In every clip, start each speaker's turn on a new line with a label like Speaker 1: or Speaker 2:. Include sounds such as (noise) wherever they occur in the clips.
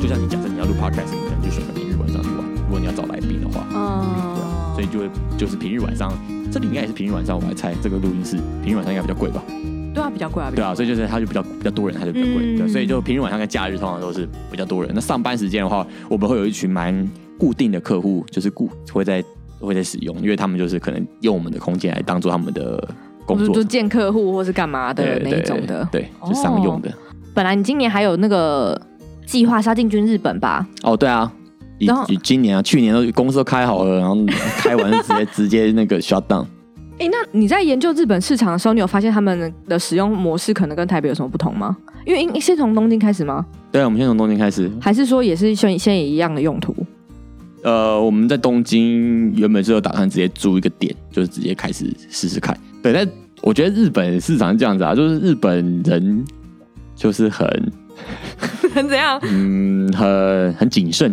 Speaker 1: 就像你假设你要录 podcast，你可能就选个平日晚上去玩。如果你要找来宾的话，
Speaker 2: 嗯
Speaker 1: 所以就会就是平日晚上，这里应该也是平日晚上，我还猜这个录音室平日晚上应该比较贵吧？
Speaker 2: 对啊，比较贵啊，比
Speaker 1: 对
Speaker 2: 较
Speaker 1: 啊，所以就是它就比较比较多人，它就比较贵。
Speaker 2: 嗯
Speaker 1: 对，所以就平日晚上跟假日通常都是比较多人。那上班时间的话，我们会有一群蛮固定的客户，就是固会在会在使用，因为他们就是可能用我们的空间来当做他们的工
Speaker 2: 就
Speaker 1: 作
Speaker 2: 就。见客户或是干嘛的
Speaker 1: 嗯对
Speaker 2: 那
Speaker 1: 对哦
Speaker 2: 一种的。
Speaker 1: 对，就商用的。
Speaker 2: 本来你今年还有那个计划是要进军日本吧？
Speaker 1: 哦，对啊，以
Speaker 2: 然后
Speaker 1: 以今年啊，去年都公司都开好了，然后开完就直接 (laughs) 直接那个 shut down。
Speaker 2: 哎，那你在研究日本市场的时候，你有发现他们的使用模式可能跟台北有什么不同吗？因为因先从东京开始吗？
Speaker 1: 对啊，我们先从东京开始。
Speaker 2: 还是说也是先先以一样的用途？
Speaker 1: 呃，我们在东京原本是有打算直接租一个店，就是直接开始试试看。对，但我觉得日本市场是这样子啊，就是日本人就是很
Speaker 2: 很 (laughs) 怎样？
Speaker 1: 嗯很很谨慎，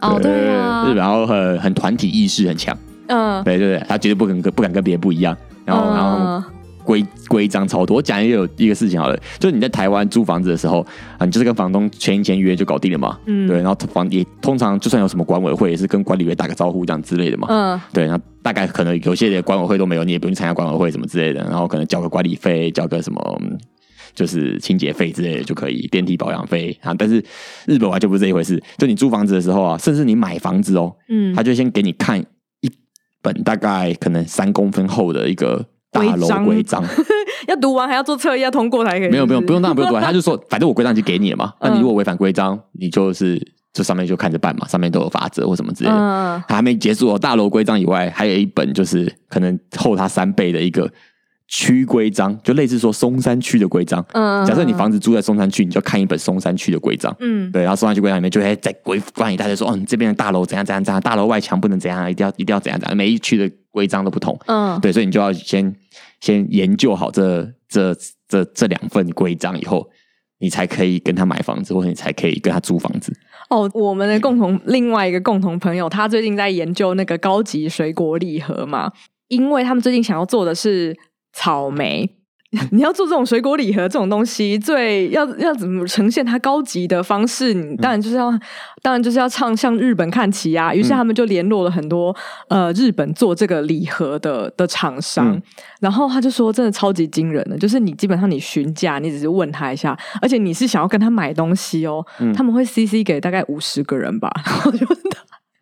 Speaker 2: 哦，对啊，
Speaker 1: 日本然后很很团体意识很强，
Speaker 2: 嗯，
Speaker 1: 对对对，他绝对不跟不敢跟别人不一样，然后、然后
Speaker 2: 嗯
Speaker 1: 规规章超多。我讲一个有一个事情好了，就是你在台湾租房子的时候啊，你就是跟房东签一签约就搞定了嘛。
Speaker 2: 嗯
Speaker 1: 对，然后房也通常就算有什么管委会，也是跟管理员打个招呼这样之类的嘛。
Speaker 2: 嗯
Speaker 1: 对，然后大概可能有些的管委会都没有，你也不用参加管委会什么之类的，然后可能交个管理费，交个什么。嗯就是清洁费之类的就可以，电梯保养费啊。但是日本完全不是这一回事。就你租房子的时候啊，甚至你买房子哦，
Speaker 2: 嗯
Speaker 1: 他，就先给你看一本大概可能三公分厚的一个大楼
Speaker 2: 规章
Speaker 1: 规章，
Speaker 2: 要读完还要做测验，要通过才可以。
Speaker 1: (laughs) 没
Speaker 2: (laughs)
Speaker 1: 有没有，不
Speaker 2: 用。
Speaker 1: 用当然不用读完，他就说反正我规章已经给你了
Speaker 2: (laughs)
Speaker 1: 嘛，
Speaker 2: 嗯
Speaker 1: 那你如果违反规章，你就是这上面就看着办嘛，上面都有法则或什么之类的。
Speaker 2: 嗯，
Speaker 1: 还没结束哦，大楼规章以外，还有一本就是可能厚它三倍的一个区规章，就类似说松山区的规章。
Speaker 2: 嗯
Speaker 1: 假设你房子住在松山区，你就要看一本松山区的规章。
Speaker 2: 嗯
Speaker 1: 对，然后松山区规章里面就会再规范一大堆说，哦，你这边的大楼怎样怎样怎样，大楼外墙不能怎样，一定要一定要怎样怎样，每一区的规章都不同。
Speaker 2: 嗯，
Speaker 1: 对，所以你就要先先研究好这这这这两份规章以后，你才可以跟他买房子，或者你才可以跟他租房子。
Speaker 2: 哦，我们的共同另外一个共同朋友，他最近在研究那个高级水果礼盒嘛，因为他们最近想要做的是草莓。 (laughs) 你要做这种水果礼盒这种东西，最要要怎么呈现它高级的方式？你当然就是要，当然就是要唱向日本看齐啊。于是他们就联络了很多呃日本做这个礼盒的的厂商，
Speaker 1: 嗯
Speaker 2: 然后他就说，真的超级惊人的，就是你基本上你询价，你只是问他一下，而且你是想要跟他买东西哦，
Speaker 1: 嗯
Speaker 2: 他们会 CC 给大概五十个人吧，然后就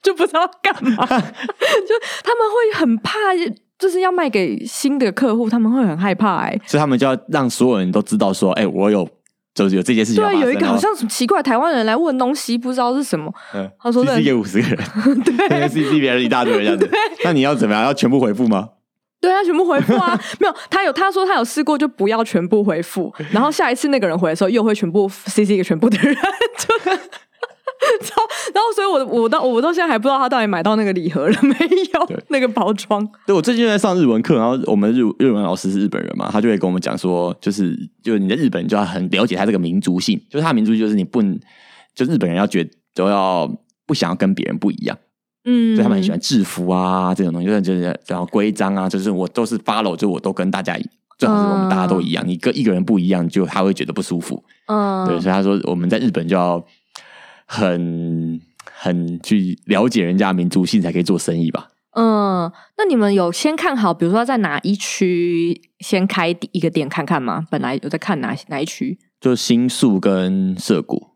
Speaker 2: 就不知道干
Speaker 1: (laughs)
Speaker 2: 嘛，就他们会很怕，就是要卖给新的客户，他们会很害怕哎、
Speaker 1: 所以他们就要让所有人都知道说，哎、我有就是有这件事情要发
Speaker 2: 对，啊
Speaker 1: 生哦。
Speaker 2: 有一个好像什么奇怪的台湾人来问东西，不知道是什么，
Speaker 1: 嗯
Speaker 2: 他说那
Speaker 1: CC 给五十个人， (laughs) 对，CC 别人一大堆这样 (laughs) 子，那你要怎么样？要全部回复吗？
Speaker 2: 对他全部回复啊， (laughs) 没有，他有他说他有试过，就不要全部回复，然后下一次那个人回的时候，又会全部 CC 给全部的人，就 (laughs) 超，然后所以我我到我到现在还不知道他到底买到那个礼盒了没有
Speaker 1: 对，
Speaker 2: 那个包装，
Speaker 1: 对，我最近在上日文课，然后我们日日文老师是日本人嘛，他就会跟我们讲说，就是就是你在日本就要很了解他这个民族性，就是他的民族就是你不能，就日本人要觉都要不想要跟别人不一样，
Speaker 2: 嗯，
Speaker 1: 所以他们很喜欢制服啊这种东西，就是就是然后规章啊，就是我都是 follow，就我都跟大家一最好是我们大家都一样，你跟一个人不一样，就他会觉得不舒服。
Speaker 2: 嗯，
Speaker 1: 对，所以他说我们在日本就要很很去了解人家的民族性，才可以做生意吧。
Speaker 2: 嗯，那你们有先看好，比如说在哪一区先开一个店看看吗？本来有在看哪哪一区
Speaker 1: 就新宿跟涩谷，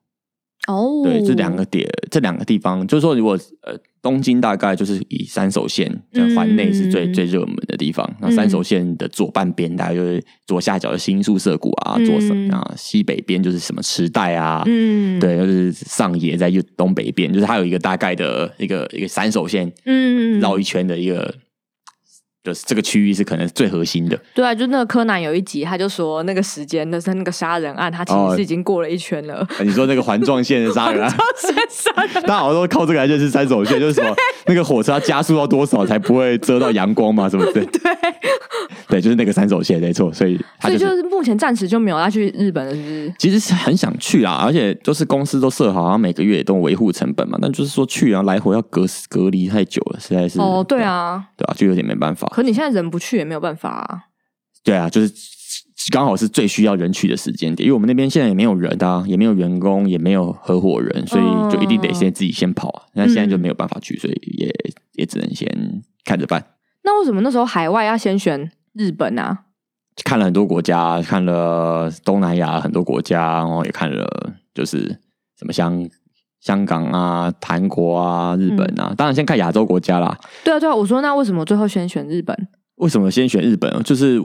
Speaker 2: 哦，
Speaker 1: 对，这两个点，这两个地方，就是说，如果呃，东京大概就是以三手线
Speaker 2: 嗯
Speaker 1: 环内是最、最热门的地方。那三手线的左半边，大概就是左下角的新宿涩谷啊，
Speaker 2: 嗯
Speaker 1: 左上啊西北边就是什么池袋啊，
Speaker 2: 嗯，，
Speaker 1: 对，就是上野在右东北边，就是它有一个大概的一个一个三手线
Speaker 2: 嗯，
Speaker 1: 绕一圈的一个，就是这个区域是可能最核心的。
Speaker 2: 对啊，就那个柯南有一集，他就说那个时间，那是那个杀人案，他其实
Speaker 1: 哦啊
Speaker 2: 是已经过了一圈了。。
Speaker 1: 你说那个环状线的杀人案
Speaker 2: (laughs)
Speaker 1: (laughs)
Speaker 2: 先生，
Speaker 1: 大家好像都靠这个来认识三手线，就是什么那个火车要加速到多少才不会遮到阳光嘛，什么之类的。
Speaker 2: 对，
Speaker 1: (laughs) 对，就是那个三手线，没错。所以他
Speaker 2: 所以
Speaker 1: 就
Speaker 2: 就
Speaker 1: 是
Speaker 2: 是目前暂时就没有要去日本了，是不是？
Speaker 1: 其实是很想去啦，而且就是公司都设好，好像每个月也都有维护成本嘛。但就是说去然后来回要隔隔离太久了，实在是
Speaker 2: 哦，对，啊，
Speaker 1: 对啊，就有点没办法。
Speaker 2: 可你现在人不去也没有办法啊。
Speaker 1: 对啊，就是刚好是最需要人去的时间点，因为我们那边现在也没有人啊，也没有员工，也没有合伙人，所以就一
Speaker 2: 哦
Speaker 1: 定得先自己先跑啊。那、现在
Speaker 2: 嗯
Speaker 1: 就没有办法去，所以也也只能先看着办。
Speaker 2: 那为什么那时候海外要先选日本啊？
Speaker 1: 看了很多国家，看了东南亚很多国家，然后也看了就是什么香香港啊、韩国啊、日本啊，
Speaker 2: 嗯
Speaker 1: 当然先看亚洲国家啦。
Speaker 2: 对啊，对啊，我说那为什么最后先选日本？
Speaker 1: 为什么先选日本？就是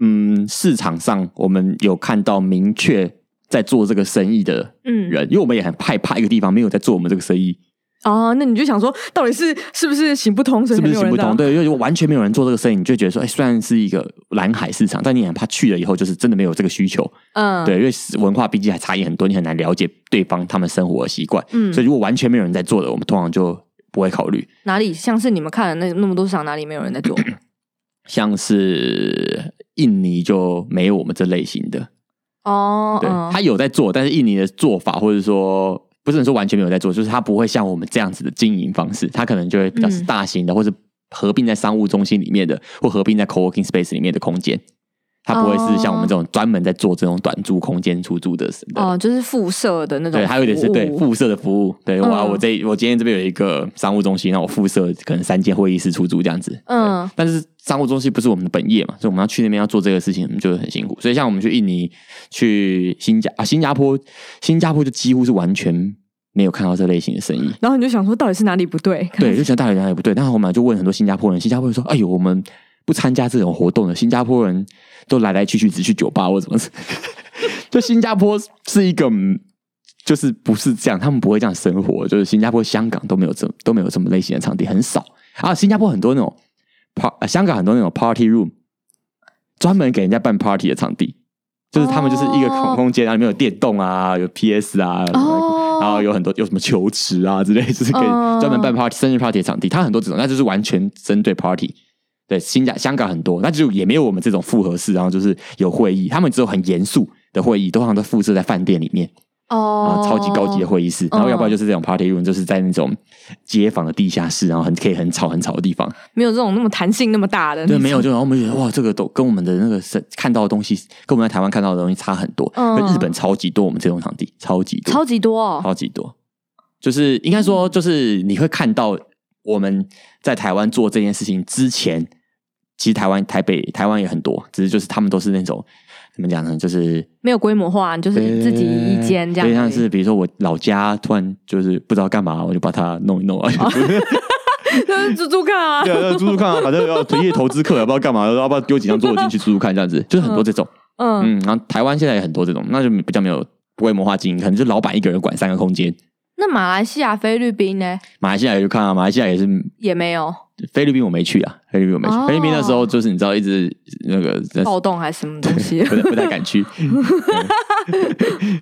Speaker 1: 嗯，市场上我们有看到明确在做这个生意的
Speaker 2: 嗯，
Speaker 1: 人，因为我们也很害怕一个地方没有在做我们这个生意，
Speaker 2: 哦，那你就想说，到底是是不是行不通，所以
Speaker 1: 是
Speaker 2: 才
Speaker 1: 不
Speaker 2: 没
Speaker 1: 是
Speaker 2: 有
Speaker 1: 行
Speaker 2: 人啊
Speaker 1: 不
Speaker 2: 知道
Speaker 1: 通？，对，因为完全没有人做这个生意，你就觉得说，哎、虽然是一个蓝海市场，但你很怕去了以后，就是真的没有这个需求。
Speaker 2: 嗯，
Speaker 1: 对，因为文化毕竟还差异很多，你很难了解对方他们生活的习惯。
Speaker 2: 嗯
Speaker 1: 所以如果完全没有人在做的，我们通常就不会考虑。
Speaker 2: 哪里像是你们看的那那么多场，哪里没有人在
Speaker 1: (clears throat)
Speaker 2: 做？
Speaker 1: 像是印尼就没有我们这类型的，
Speaker 2: 哦，
Speaker 1: 对，
Speaker 2: 嗯
Speaker 1: 他有在做，但是印尼的做法或者说。不是能说完全没有在做，就是他不会像我们这样子的经营方式，他可能就会比较是
Speaker 2: 嗯
Speaker 1: 大型的，或是合并在商务中心里面的，或合并在 co-working space 里面的空间，他不会是像我们这种专门在做这种短租空间出租的的
Speaker 2: 哦，就是附设的那种服务，
Speaker 1: 对，还有一点是对附设的服务。对我、
Speaker 2: 嗯
Speaker 1: 我这我今天这边有一个商务中心，那我附设可能三间会议室出租这样子。
Speaker 2: 嗯
Speaker 1: 嗯，但是商务中心不是我们的本业嘛，所以我们要去那边要做这个事情，我们就很辛苦。所以像我们去印尼、去新加啊新加坡，新加坡就几乎是完全没有看到这类型的生意。
Speaker 2: 然后你就想说，到底是哪里不对？
Speaker 1: 对，就想大学讲也不对，但是我们就问很多新加坡人，新加坡人说：“哎呦，我们不参加这种活动的，新加坡人都来来去去只去酒吧或怎么是。” (laughs) 就新加坡是一个，嗯就是不是这样，他们不会这样生活。就是新加坡、香港都没有这都没有这么类型的场地，很少啊。新加坡很多那种 par，、呃香港很多那种 party room，专门给人家办 party 的场地。就是他们就是一个
Speaker 2: 哦
Speaker 1: 空空间，然后里面有电动啊，有 PS 啊，什么
Speaker 2: 哦
Speaker 1: 然后有很多有什么球池啊之类， (laughs) 就是可以
Speaker 2: 嗯
Speaker 1: 专门办 party 生日 party 的场地，它很多这种，那就是完全针对 party。对，新加香港很多，那就也没有我们这种复合式，然后就是有会议，他们只有很严肃的会议，通常都附设在饭店里面啊
Speaker 2: 哦，，
Speaker 1: 超级高级的会议室，然后要不然就是这种 party room，就是在那种街坊的地下室，然后很可以很吵很吵的地方。
Speaker 2: 没有这种那么弹性那么大的，
Speaker 1: 对，没有，就然后我们觉得哇，这个都跟我们的那个是看到的东西，跟我们在台湾看到的东西差很多，
Speaker 2: 嗯
Speaker 1: 跟日本超级多，我们这种场地超级多，
Speaker 2: 超级多哦，
Speaker 1: 超级多，就是应该
Speaker 2: 嗯
Speaker 1: 说，就是你会看到我们在台湾做这件事情之前，其实台湾、台北、台湾也很多，只是就是他们都是那种怎么讲呢？就是
Speaker 2: 没有规模化，你就是嗯自己一间这样而
Speaker 1: 就
Speaker 2: 已，
Speaker 1: 像是比如说我老家突然就是不知道干嘛，我就把它弄一弄
Speaker 2: 哦
Speaker 1: 啊，
Speaker 2: (laughs) 就是租租看啊，
Speaker 1: (laughs) 对啊，租租看啊，反正要业投资客，也不知道干嘛，要不要丢几张桌子进去租租看，这样子就是很多这种，
Speaker 2: 嗯，
Speaker 1: 嗯，然后台湾现在也很多这种，那就比较没有规模化经营，可能就老板一个人管三个空间。
Speaker 2: 那马来西亚、菲律宾呢
Speaker 1: 马来西亚也去看啊，马来西亚也是
Speaker 2: 也没有
Speaker 1: 菲律宾我没去啊，菲律宾我没去。
Speaker 2: 哦
Speaker 1: 菲律宾那时候就是你知道一直那个在
Speaker 2: 暴动还是什么东西
Speaker 1: (laughs) 不太不太敢
Speaker 2: (laughs)
Speaker 1: 去，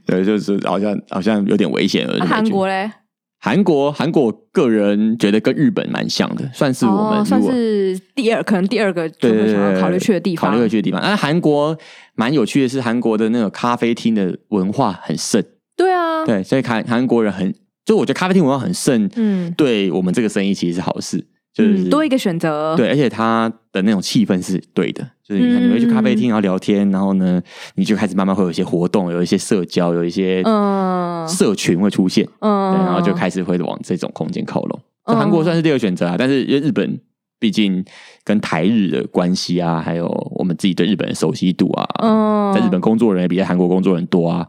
Speaker 1: 对，就是好像好像有点危险了。
Speaker 2: 那
Speaker 1: 就没
Speaker 2: (laughs)
Speaker 1: 去
Speaker 2: 啊韩国嘞，
Speaker 1: 韩国韩国，个人觉得跟日本蛮像的，算是我们
Speaker 2: 哦，
Speaker 1: 如
Speaker 2: 算
Speaker 1: 果
Speaker 2: 是第二，可能第二个就
Speaker 1: 对对
Speaker 2: 会
Speaker 1: 对
Speaker 2: 想要考虑去的地方
Speaker 1: 考虑。去的地方。但韩国蛮有趣的是，韩国的那个咖啡厅的文化很盛，
Speaker 2: 对啊，
Speaker 1: 对，所以韩韩国人很，就我觉得咖啡厅文化很盛，
Speaker 2: 嗯
Speaker 1: 对我们这个生意其实是好事，就是、
Speaker 2: 嗯，多一个选择，
Speaker 1: 对，而且它的那种气氛是对的，就是你看你会去咖
Speaker 2: 嗯
Speaker 1: 啡厅，然后聊天，然后呢，你就开始慢慢会有一些活动，有一些社交，有一些
Speaker 2: 嗯
Speaker 1: 社群会出现，
Speaker 2: 嗯，
Speaker 1: 对，然后就开始会往这种空间靠拢。这韩国算是第二个选择啊，但是因为日本毕竟跟台日的关系啊，还有我们自己对日本的熟悉度啊，
Speaker 2: 嗯，
Speaker 1: 在日本工作人也比在韩国工作人多啊，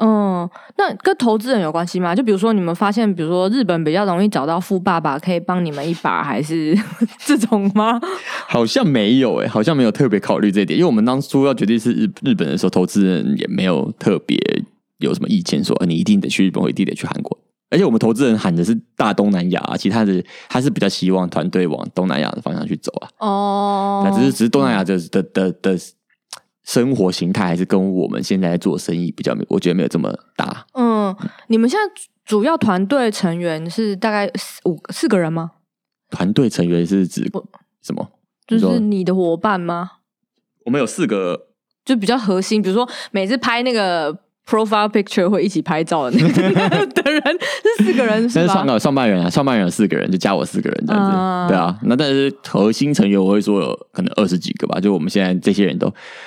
Speaker 2: 嗯，那跟投资人有关系吗？就比如说你们发现，比如说日本比较容易找到富爸爸可以帮你们一把，还是 (laughs) 这种吗？
Speaker 1: 好像没有诶、好像没有特别考虑这一点，因为我们当初要决定是日日本的时候，投资人也没有特别有什么意见说，呃你一定得去日本，或一定得去韩国。而且我们投资人喊的是大东南亚、啊，其他的他是比较希望团队往东南亚的方向去走啊。
Speaker 2: 哦
Speaker 1: 那只是只是东南亚的的的的生活形态，还是跟我们现在做生意比较没，我觉得没有这么大。
Speaker 2: 嗯，你们现在主要团队成员是大概四五四个人吗？
Speaker 1: 团队成员是指什么？
Speaker 2: 就
Speaker 1: 你说
Speaker 2: 是你的伙伴吗？
Speaker 1: 我们有四个
Speaker 2: 就比较核心，比如说每次拍那个 profile picture 会一起拍照的那个的人， (laughs) 是四个人 (laughs)
Speaker 1: 但
Speaker 2: 是
Speaker 1: 是
Speaker 2: 吧
Speaker 1: 上？个上半人啊，上半人有四个人，就加我四个人这样子，
Speaker 2: 啊
Speaker 1: 对啊。那但是核心成员我会说有可能二十几个吧，就我们现在这些人都，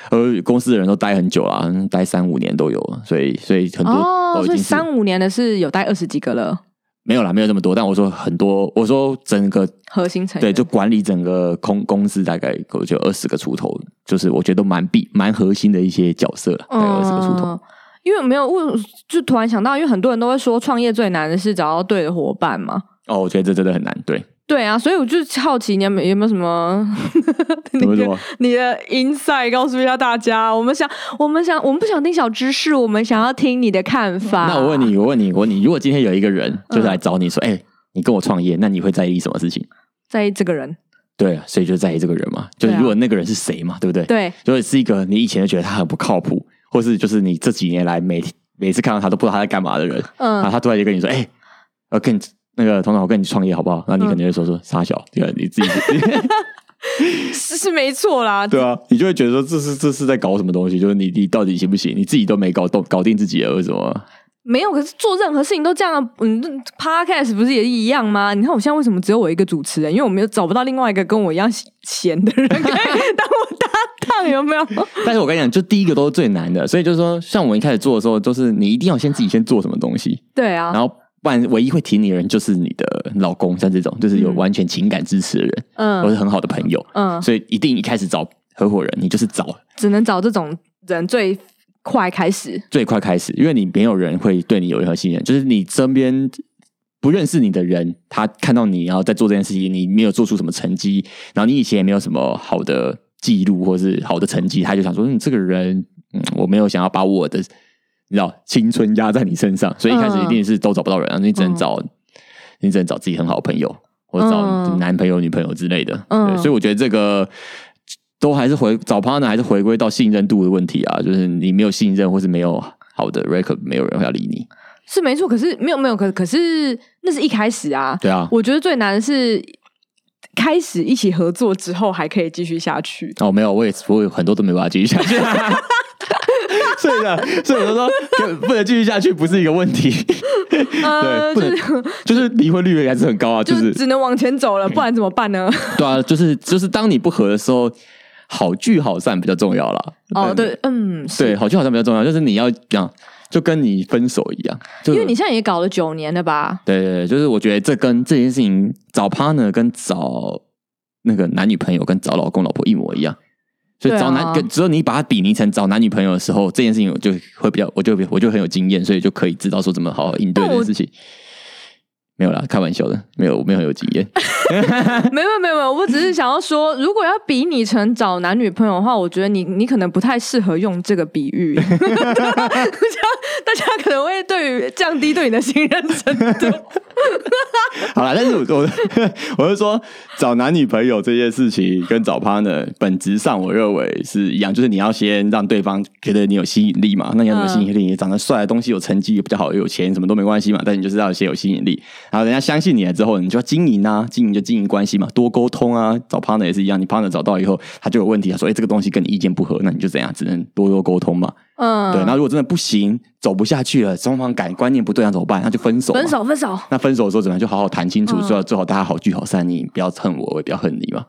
Speaker 1: 呃，公司的人都待很久啦，待三五年都有了，所以所以很多
Speaker 2: 哦，
Speaker 1: 都已
Speaker 2: 所
Speaker 1: 经
Speaker 2: 以
Speaker 1: 是、
Speaker 2: 三五年的是有带二十几个了，
Speaker 1: 没有啦，没有这么多。但我说很多，我说整个
Speaker 2: 核心成员
Speaker 1: 对，就管理整个公公司大概我觉得二十个出头，就是我觉得都蛮必蛮核心的一些角色了，大概二十个出头。
Speaker 2: 嗯因为没有问，就突然想到，因为很多人都会说创业最难的是找到对的伙伴嘛。
Speaker 1: 哦，我觉得这真的很难，对，
Speaker 2: 对啊，所以我就好奇你有没有有没有什么 (laughs) 你
Speaker 1: (laughs) 怎么
Speaker 2: 的
Speaker 1: 说？
Speaker 2: 你的 insight 告诉一下大家。我们想，我们想，我们不想听小知识，我们想要听你的看法。
Speaker 1: 那我问，你，我问你，我问你，如果今天有一个人就是来找你
Speaker 2: 嗯
Speaker 1: 说，哎、你跟我创业，那你会在意什么事情？
Speaker 2: 在意这个人，
Speaker 1: 对啊，所以就在意这个人嘛，就
Speaker 2: 对
Speaker 1: 是
Speaker 2: 啊
Speaker 1: 如果那个人是谁嘛，对不对？，
Speaker 2: 对，
Speaker 1: 如果是一个你以前就觉得他很不靠谱，或是就是你这几年来每每次看到他都不知道他在干嘛的人，
Speaker 2: 嗯
Speaker 1: 啊，他突然就跟你说，哎、我跟你那个童总，我跟你创业好不好？那你肯定会说说傻小，这个你自己 (laughs)
Speaker 2: 是是没错啦。
Speaker 1: 对啊，你就会觉得说这是这是在搞什么东西？就是你你到底行不行？你自己都没搞懂搞定自己了，为什
Speaker 2: (laughs)
Speaker 1: 么？
Speaker 2: 没有，可是做任何事情都这样啊。嗯，podcast 不是也是一样吗？你看我现在为什么只有我一个主持人？因为我没有找不到另外一个跟我一样闲的人可以当
Speaker 1: (laughs)
Speaker 2: 我搭档，有没有？
Speaker 1: 但是我跟你讲，就第一个都是最难的，所以就是说，像我们一开始做的时候，就是你一定要先自己先做什么东西，
Speaker 2: 对啊，
Speaker 1: 然后不然唯一会提你的人就是你的老公，像这种就是有
Speaker 2: 嗯
Speaker 1: 完全情感支持的人，或是
Speaker 2: 嗯
Speaker 1: 很好的朋友，
Speaker 2: 嗯，
Speaker 1: 所以一定一开始找合伙人，你就是找
Speaker 2: 只能找这种人最快开始。
Speaker 1: 最快开始，因为你没有人会对你有任何信任，就是你身边。不认识你的人，他看到你，然后在做这件事情，你没有做出什么成绩，然后你以前也没有什么好的记录或是好的成绩，他就想说，嗯，这个人，嗯，我没有想要把我的，你知道，青春压在你身上，所以一开始一定是都找不到人，然后你只能找，你只能找自己很好的朋友，或者找
Speaker 2: 嗯
Speaker 1: 男朋友、女朋友之类的。
Speaker 2: 嗯
Speaker 1: 对，所以我觉得这个都还是回找 partner 还是回归到信任度的问题啊，就是你没有信任或是没有好的 record，没有人会要理你。
Speaker 2: 是没错，可是没有没有，可可是那是一开始啊。
Speaker 1: 对啊，
Speaker 2: 我觉得最难的是开始一起合作之后还可以继续下去。
Speaker 1: 哦，没有，我也我有很多都没办法继续
Speaker 2: (laughs)
Speaker 1: 下去。所以呢，所以我就说就不能继续下去不是一个问题， (laughs)
Speaker 2: 呃，
Speaker 1: 不
Speaker 2: 就
Speaker 1: 能
Speaker 2: 是
Speaker 1: 就是离婚率还是很高啊，就
Speaker 2: 就是是只能往前走了，不然怎么办
Speaker 1: (laughs)
Speaker 2: 呢？
Speaker 1: 对啊，就是就是当你不和的时候，好聚好散比较重要啦。
Speaker 2: 哦，对，嗯，是
Speaker 1: 对，好聚好散比较重要，就是你要讲，就跟你分手一样，就
Speaker 2: 因为你现在也搞了九年了
Speaker 1: (laughs)
Speaker 2: 吧？
Speaker 1: 对对对，就是我觉得这跟这件事情找 partner 跟找那个男女朋友跟找老公老婆一模一样，所以
Speaker 2: 对啊
Speaker 1: 找男、跟只有你把它比拟成找男女朋友的时候，这件事情我就会比较，我就我就很有经验，所以就可以知道说怎么好好应对
Speaker 2: 但
Speaker 1: 这
Speaker 2: 我
Speaker 1: 件事情。没有啦，开玩笑的，没有我没有很有经验。
Speaker 2: 没有没有没有，我只是想要说，如果要比拟成找男女朋友的话，我觉得你你可能不太适合用这个比喻，
Speaker 1: (laughs)
Speaker 2: 大家大家可能会对于降低对你的信任程
Speaker 1: (laughs)
Speaker 2: 度。
Speaker 1: 好啦，但是我我我是说，找男女朋友这件事情跟找 partner 本质上，我认为是一样，就是你要先让对方觉得你有吸引力嘛。那你要
Speaker 2: 嗯
Speaker 1: 怎么吸引力？你长得帅的东西有成绩比较好，有钱什么都没关系嘛。但你就是要先有吸引力，然后人家相信你了之后，你就要经营啊，经营就经营关系嘛，多沟通啊。找 partner 也是一样，你 partner 找到以后，他就有问题，他说：“哎、这个东西跟你意见不合，那你就怎样？只能多多沟通嘛。
Speaker 2: 嗯，
Speaker 1: 对，那如果真的不行，走不下去了，双方感观念不对，那怎么办？那就分手嘛。
Speaker 2: 分手分手，
Speaker 1: 那分手的时候怎么样？就好好谈清楚，
Speaker 2: 嗯
Speaker 1: 最好最好大家好聚好散，你不要恨我，我也不要恨你嘛，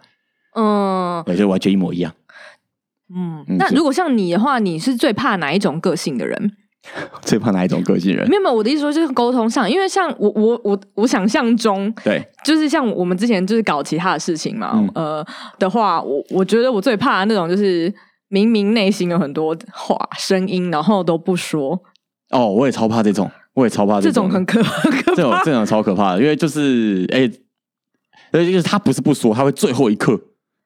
Speaker 2: 嗯
Speaker 1: 对，就完全一模一样。
Speaker 2: 嗯。
Speaker 1: 嗯
Speaker 2: 那
Speaker 1: 是
Speaker 2: 如果像你的话，你是最怕哪一种个性的人？
Speaker 1: 最怕哪一种个性人
Speaker 2: 没？有没有，我的意思说就是沟通上，因为像我我我我想象中，
Speaker 1: (laughs) 对，
Speaker 2: 就是像我们之前就是搞其他的事情嘛，
Speaker 1: 嗯
Speaker 2: 呃的话，我我觉得我最怕那种就是明明内心有很多话声音，然后都不说
Speaker 1: 哦，我也超啊怕这种，我也超怕
Speaker 2: 这
Speaker 1: 种
Speaker 2: 种很可很可
Speaker 1: 这种
Speaker 2: 怕。
Speaker 1: 这种超可怕的，因为就是哎，而、且就是他不是不说，他会最后一刻，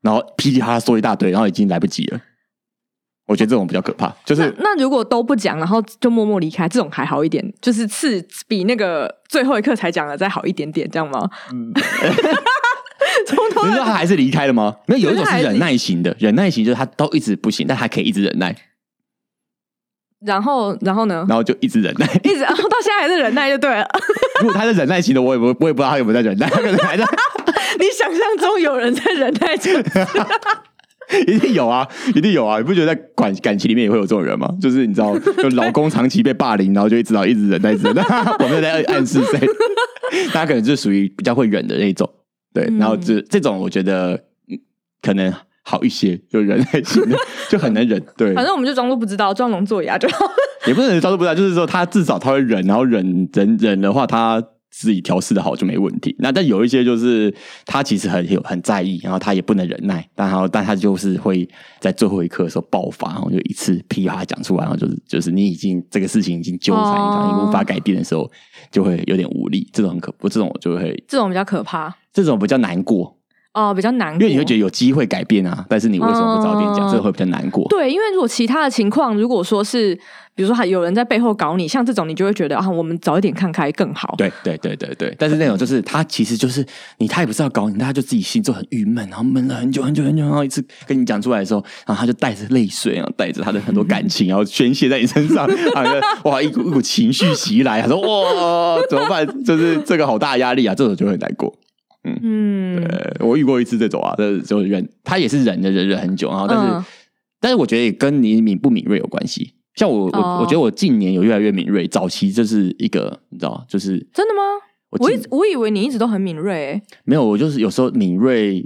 Speaker 1: 然后噼里啪啦说一大堆，然后已经来不及了。我觉得这种比较可怕，就是
Speaker 2: 那那如果都不讲，然后就默默离开，这种还好一点，就是次比那个最后一刻才讲的再好一点点，这样吗？ (laughs) 从头
Speaker 1: 嗯
Speaker 2: 到
Speaker 1: 你知道他还是离开了吗？没有，有一种
Speaker 2: 就是他还
Speaker 1: 是
Speaker 2: 是
Speaker 1: 忍耐型的，忍耐型就是他都一直不行，但还可以一直忍耐，
Speaker 2: 然后然后呢？
Speaker 1: 然后就一直忍耐。
Speaker 2: 一直到现在还是忍耐就对了。 (laughs)
Speaker 1: 如果他是忍耐型的，我也不我也不知道他有没有在忍耐，他可能还在，
Speaker 2: 你想象中有人在忍耐着，
Speaker 1: (laughs) 一定有啊，一定有啊！你不觉得在感感情里面也会有这种人吗？就是你知道，就老公长期被霸凌，然后就一直到一直忍耐，一直忍耐。我们在暗示谁？大家可能就属于比较会忍的那一种，对。然后这这种我觉得嗯可能好一些，就忍耐型的就很能忍，对。
Speaker 2: 反正我们就装作不知道，装聋作哑就好。 (laughs)
Speaker 1: 也不能装作不知道，就是说他至少他会忍，然后忍忍忍的话，他自己调试的好就没问题。那但有一些就是他其实很有很在意，然后他也不能忍耐，但他但他就是会在最后一刻的时候爆发，然后就一次噼啪讲出来，然后就是就是你已经这个事情已经纠缠你，
Speaker 2: 哦
Speaker 1: 你无法改变的时候，就会有点无力。这种很可，不这种我就会
Speaker 2: 这种比较可怕
Speaker 1: 这种比较难过，
Speaker 2: 哦，比较难
Speaker 1: 因
Speaker 2: 过。
Speaker 1: 为你会觉得有机会改变啊，但是你为什么不早点讲，
Speaker 2: 哦
Speaker 1: 这个会比较难过。
Speaker 2: 对，因为如果其他的情况，如果说是比如说还有人在背后搞你，像这种你就会觉得啊，我们早一点看开更好。
Speaker 1: 对对对对对，但是那种就是他其实就是你，他也不是要搞你，但他就自己心中很郁闷，然后闷了很久很久很久，然后一次跟你讲出来的时候，然后他就带着泪水，然后带着他的很多感情，然后宣泄在你身上， (laughs) 啊，哇，一股一股情绪袭来，他说哇，怎么办？就是这个好大压力啊，这种就会很难过。
Speaker 2: 嗯，
Speaker 1: 呃，我遇过一次这种啊，但是就忍，他也是忍着忍着很久，然后但是、
Speaker 2: 嗯
Speaker 1: 但是我觉得也跟你敏不敏锐有关系。像我我、
Speaker 2: 哦
Speaker 1: 我觉得我近年有越来越敏锐，早期就是一个你知道，就是
Speaker 2: 真的吗？
Speaker 1: 我
Speaker 2: 我
Speaker 1: 近
Speaker 2: 一直我以为你一直都很敏锐、欸，
Speaker 1: 没有，我就是有时候敏锐，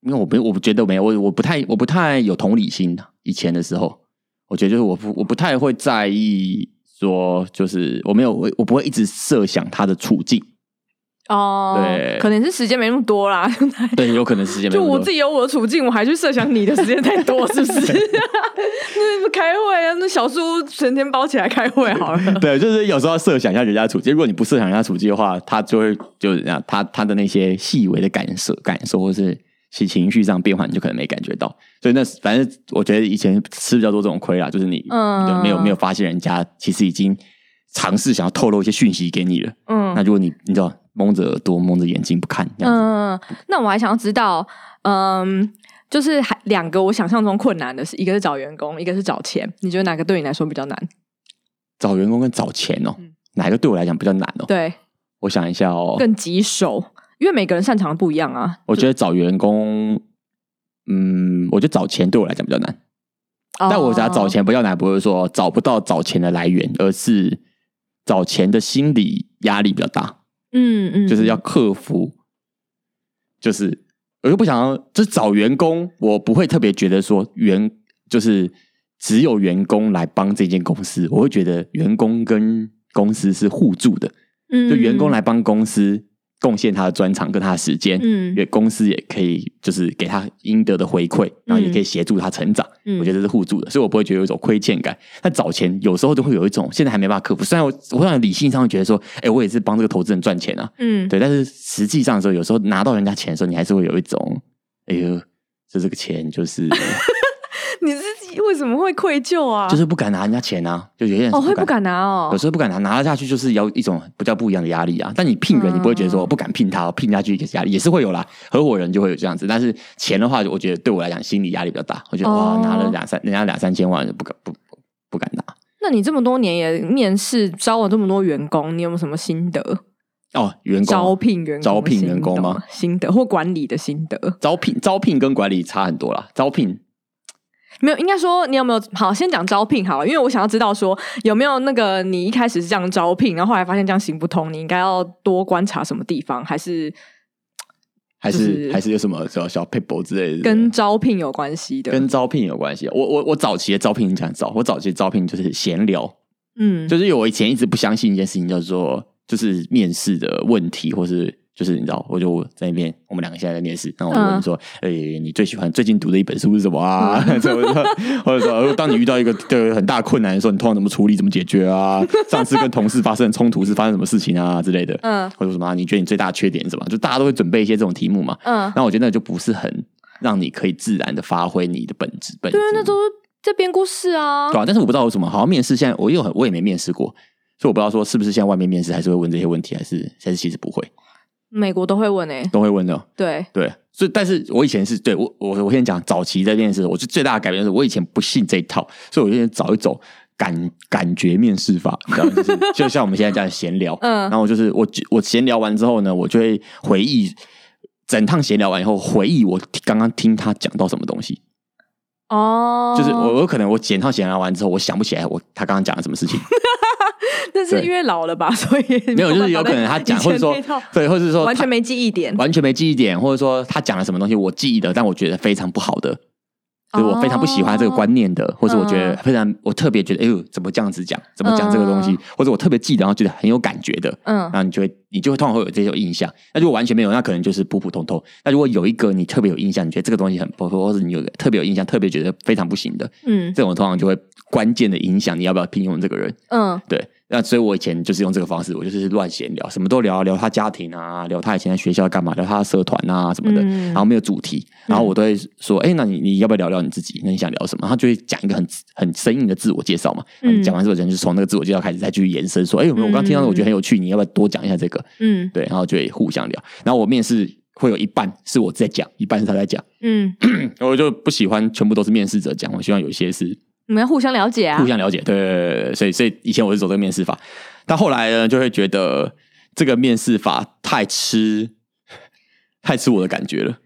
Speaker 1: 因为我不，我不觉得没有，我我不太，我不太有同理心。啊以前的时候，我觉得就是我不，我不太会在意说，就是我没有，我我不会一直设想他的处境。
Speaker 2: 哦，
Speaker 1: 对
Speaker 2: 可能是时间没那么多
Speaker 1: (laughs)
Speaker 2: 啦。
Speaker 1: 对，有可能时间没
Speaker 2: 就
Speaker 1: 有那么
Speaker 2: 我
Speaker 1: 多
Speaker 2: 自己有我的处境，我还去设想你的时间太多，是不是？
Speaker 1: (laughs)
Speaker 2: 那不开会啊，那小叔全天包起来开会好
Speaker 1: (laughs)
Speaker 2: 了。 (laughs)
Speaker 1: 对，就是有时候要设想一下人家的处境。如果你不设想人家的处境的话，他就会就是这样他他的那些细微的感受、感受或是啊是情绪上变化，你就可能没感觉到。所以那反正我觉得以前吃比较多这种亏啦，就是你
Speaker 2: 嗯
Speaker 1: 你就没有没有发现人家其实已经尝试想要透露一些讯息给你了。
Speaker 2: 嗯
Speaker 1: 那如果你你知道蒙着耳朵、蒙着眼睛不看，这样子
Speaker 2: 嗯，那我还想要知道，嗯，就是还两个我想象中困难的是，一个是找员工，一个是找钱。你觉得哪个对你来说比较难？
Speaker 1: 找员工跟找钱哦、
Speaker 2: 嗯
Speaker 1: 哪一个对我来讲比较难哦、
Speaker 2: 对，
Speaker 1: 我想一下哦、
Speaker 2: 更棘手，因为每个人擅长的不一样啊。
Speaker 1: 我觉得找员工，嗯，我觉得找钱对我来讲比较难。但我想找
Speaker 2: 哦
Speaker 1: 钱不要难，不是说找不到找钱的来源，而是找钱的心理压力比较大，
Speaker 2: 嗯嗯，
Speaker 1: 就是要克服。就是我又不想要，就是找员工，我不会特别觉得说员就是只有员工来帮这间公司，我会觉得员工跟公司是互助的，
Speaker 2: 嗯
Speaker 1: 就员工，来帮公司贡献他的专长跟他的时间，
Speaker 2: 嗯
Speaker 1: 也公司也可以就是给他应得的回馈，然后也可以协助他成长。
Speaker 2: 嗯
Speaker 1: 我觉得这是互助的，所以我不会觉得有一种亏欠感。但早前有时候就会有一种，现在还没办法克服。虽然我我当然理性上会觉得说，哎、我也是帮这个投资人赚钱啊，
Speaker 2: 嗯，
Speaker 1: 对。但是实际上的时候，有时候拿到人家钱的时候，你还是会有一种，哎呦，这这个钱就是
Speaker 2: 你自己为什么会愧疚啊？
Speaker 1: 就是不敢拿人家钱啊，就有些人是
Speaker 2: 哦，会不敢拿哦
Speaker 1: 有，时候不敢拿，拿了下去就是要一种比较不一样的压力啊。但你聘人，你不会觉得说
Speaker 2: 嗯
Speaker 1: 我不敢聘他，聘下去也是压力，也是会有啦。合伙人就会有这样子，但是钱的话，我觉得对我来讲心理压力比较大。我觉得、
Speaker 2: 哦
Speaker 1: 哇，拿了两三人家两三千万，不敢不不不敢拿。
Speaker 2: 那你这么多年也面试招了这么多员工，你有没有什么心得？
Speaker 1: 哦，员工
Speaker 2: 招聘员工的
Speaker 1: 招聘员
Speaker 2: 心
Speaker 1: 工
Speaker 2: 得
Speaker 1: 吗？
Speaker 2: 心得或管理的心得？
Speaker 1: 招聘招聘跟管理差很多啦。招聘
Speaker 2: 没有，应该说你有没有好？先讲招聘好了，因为我想要知道说有没有那个你一开始是这样招聘，然后后来发现这样行不通，你应该要多观察什么地方，还是
Speaker 1: 还是、
Speaker 2: 就是
Speaker 1: 还是有什么小小 paper 之类的，
Speaker 2: 跟招聘有关系的？
Speaker 1: 跟招聘有关系。我我我早期的招聘你想招，我早期的招聘就是闲聊，
Speaker 2: 嗯，
Speaker 1: 就是我以前一直不相信一件事情，叫做就是面试的问题，或是就是你知道，我就在那边，我们两个现在在面试，然后我就
Speaker 2: 嗯
Speaker 1: 问你说，诶、你最喜欢最近读的一本书是什么啊？ (laughs) 所以我就说，或者说，当你遇到一个对很大困难的时候，你通常怎么处理、怎么解决啊？上次跟同事发生冲突是发生什么事情啊之类的，
Speaker 2: 嗯
Speaker 1: 或者什么啊、你觉得你最大的缺点是什么？就大家都会准备一些这种题目嘛。
Speaker 2: 嗯，
Speaker 1: 那我觉得那就不是很让你可以自然的发挥你的本质本质。
Speaker 2: 对啊，那都是在编故事啊
Speaker 1: 对。啊，但是我不知道为什么，好像面试现在我又很我也没面试过，所以我不知道说是不是现在外面面试还是会问这些问题，还是还是其实不会，
Speaker 2: 美国都会问诶、
Speaker 1: 都会问的。
Speaker 2: 对，
Speaker 1: 对，所以但是我以前是对我我我先讲早期在面试的时候，我最最大的改变是我以前不信这一套，所以我就找一种感感觉面试法，你知道吗，就是就像我们现在这样闲聊，
Speaker 2: 嗯
Speaker 1: 然后我就是我我闲聊完之后呢，我就会回忆整趟闲聊完以后，回忆我刚刚听他讲到什么东西，
Speaker 2: 哦，
Speaker 1: 就是我有可能我整趟闲聊完之后，我想不起来我他刚刚讲了什么事情。
Speaker 2: 那是
Speaker 1: 对
Speaker 2: 因为老了吧，所以
Speaker 1: (laughs) 没有，就
Speaker 2: 办
Speaker 1: 是
Speaker 2: 法
Speaker 1: 有可能
Speaker 2: 再
Speaker 1: 他讲，
Speaker 2: 以
Speaker 1: 或
Speaker 2: 前
Speaker 1: 者说
Speaker 2: 那套
Speaker 1: 对，或者是说
Speaker 2: 完全
Speaker 1: 他
Speaker 2: 没记忆点，
Speaker 1: 完全没记忆点，或者说他讲了什么东西我记忆的，但我觉得非常不好的，就是我非常不喜欢这
Speaker 2: 哦
Speaker 1: 个观念的，或者我觉得非常我特别觉得，哎呦，怎么这样子讲，怎么讲这个东西
Speaker 2: 嗯，
Speaker 1: 或者我特别记得，然后觉得很有感觉的，
Speaker 2: 嗯
Speaker 1: 然后你就会你就会通常会有这种印象。那如果完全没有，那可能就是普普通通。那如果有一个你特别有印象，你觉得这个东西很不错，或者你有特别有印象，特别觉得非常不行的，
Speaker 2: 嗯
Speaker 1: 这种通常就会关键的影响你要不要聘用这个人。
Speaker 2: 嗯
Speaker 1: 对，那所以我以前就是用这个方式，我就是乱闲聊，什么都聊，聊他家庭啊，聊他以前在学校干嘛，聊他的社团啊什么的，
Speaker 2: 嗯
Speaker 1: 然后没有主题，然后我都会说，哎、那你你要不要聊聊你自己？那你想聊什么？他就会讲一个很很生硬的自我介绍嘛，然后你讲完之后，人就从那个自我介绍开始再去延伸，说，哎、我刚刚听到的我觉得很有趣，你要不要多讲一下这个？
Speaker 2: 嗯
Speaker 1: 对，然后就会互相聊。然后我面试会有一半是我在讲，一半是他在讲，
Speaker 2: 嗯，
Speaker 1: 我就不喜欢全部都是面试者讲，我希望有一些是
Speaker 2: 你们要互相了解啊
Speaker 1: 互，相了解，对对对对，所以所以以前我是走这个面试法，但后来呢，就会觉得这个面试法太吃太吃我的感觉了，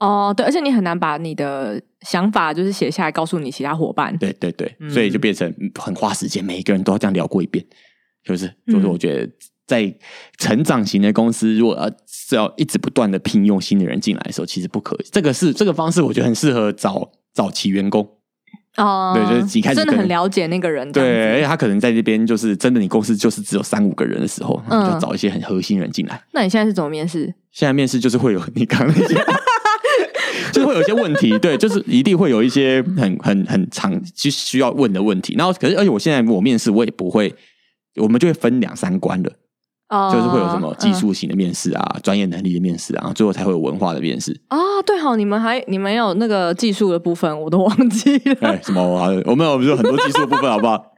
Speaker 2: 哦，对，而且你很难把你的想法就是写下来，告诉你其他伙伴。
Speaker 1: 对对对，
Speaker 2: 嗯
Speaker 1: 所以就变成很花时间，每一个人都要这样聊过一遍，就是
Speaker 2: 嗯
Speaker 1: 就是我觉得在成长型的公司，如果要是要一直不断的聘用新的人进来的时候，其实不可以，这个是这个方式，我觉得很适合早早期员工，
Speaker 2: 哦，
Speaker 1: 对就是一开始
Speaker 2: 真的
Speaker 1: 可能
Speaker 2: 很了解那个人，这
Speaker 1: 对，
Speaker 2: 样
Speaker 1: 而
Speaker 2: 子。
Speaker 1: 且他可能在这边就是真的，你公司就是只有三五个人的时候，
Speaker 2: 嗯
Speaker 1: 你就找一些很核心人进来。
Speaker 2: 那你现在是怎么面试？
Speaker 1: 现在面试就是会有你刚刚那
Speaker 2: (laughs)
Speaker 1: 些，就是会有一些问题，对，就是一定会有一些很很很长需需要问的问题。然后，可是而且我现在我面试我也不会，我们就会分两三关了，
Speaker 2: 哦，
Speaker 1: 就是会有什么技术型的面试啊、专、业能力的面试啊，最后才会有文化的面试。
Speaker 2: 嗯哦，对好，你们还你们有那个技术的部分，我都忘记
Speaker 1: (laughs)
Speaker 2: 了。
Speaker 1: 哎，什么？我们我们有很多技术的部分，好不
Speaker 2: (laughs)
Speaker 1: 好？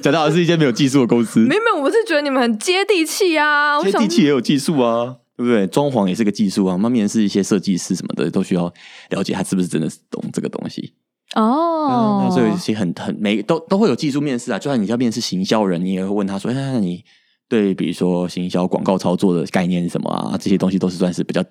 Speaker 1: 讲到的是一间没有技术的公司
Speaker 2: 没，有没有，我是觉得你们很接地气啊，我
Speaker 1: 接
Speaker 2: 想
Speaker 1: 地气也有技术啊，对不对？装潢也是个技术啊，我们面试一些设计师什么的，都需要了解他是不是真的懂这个东西。
Speaker 2: 哦
Speaker 1: 嗯，那所以其实很很每都都会有技术面试啊，就算你要面试行销人，你也会问他说：“哎，那你对比如说行销广告操作的概念是什么啊？”这些东西都是算是比较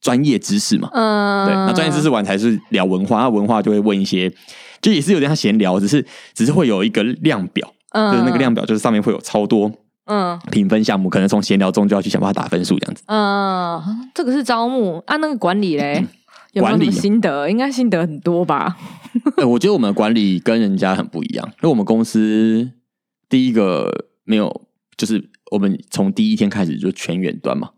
Speaker 1: 专业知识嘛。
Speaker 2: 嗯，
Speaker 1: 对，那专业知识完才是聊文化，那文化就会问一些，就也是有点像闲聊，只是只是会有一个量表，
Speaker 2: 嗯，
Speaker 1: 就是那个量表，就是上面会有超多
Speaker 2: 嗯，
Speaker 1: 评分项目，可能从闲聊中就要去想办法打分数这样子。
Speaker 2: 嗯，这个是招募啊，那个管理嘞， (laughs) 有没有
Speaker 1: 嗯管
Speaker 2: 什
Speaker 1: 理
Speaker 2: 么心得？应该心得很多吧？
Speaker 1: 哎、我觉得我们的管理跟人家很不一样，因为我们公司第一个没有，就是我们从第一天开始就全远端嘛。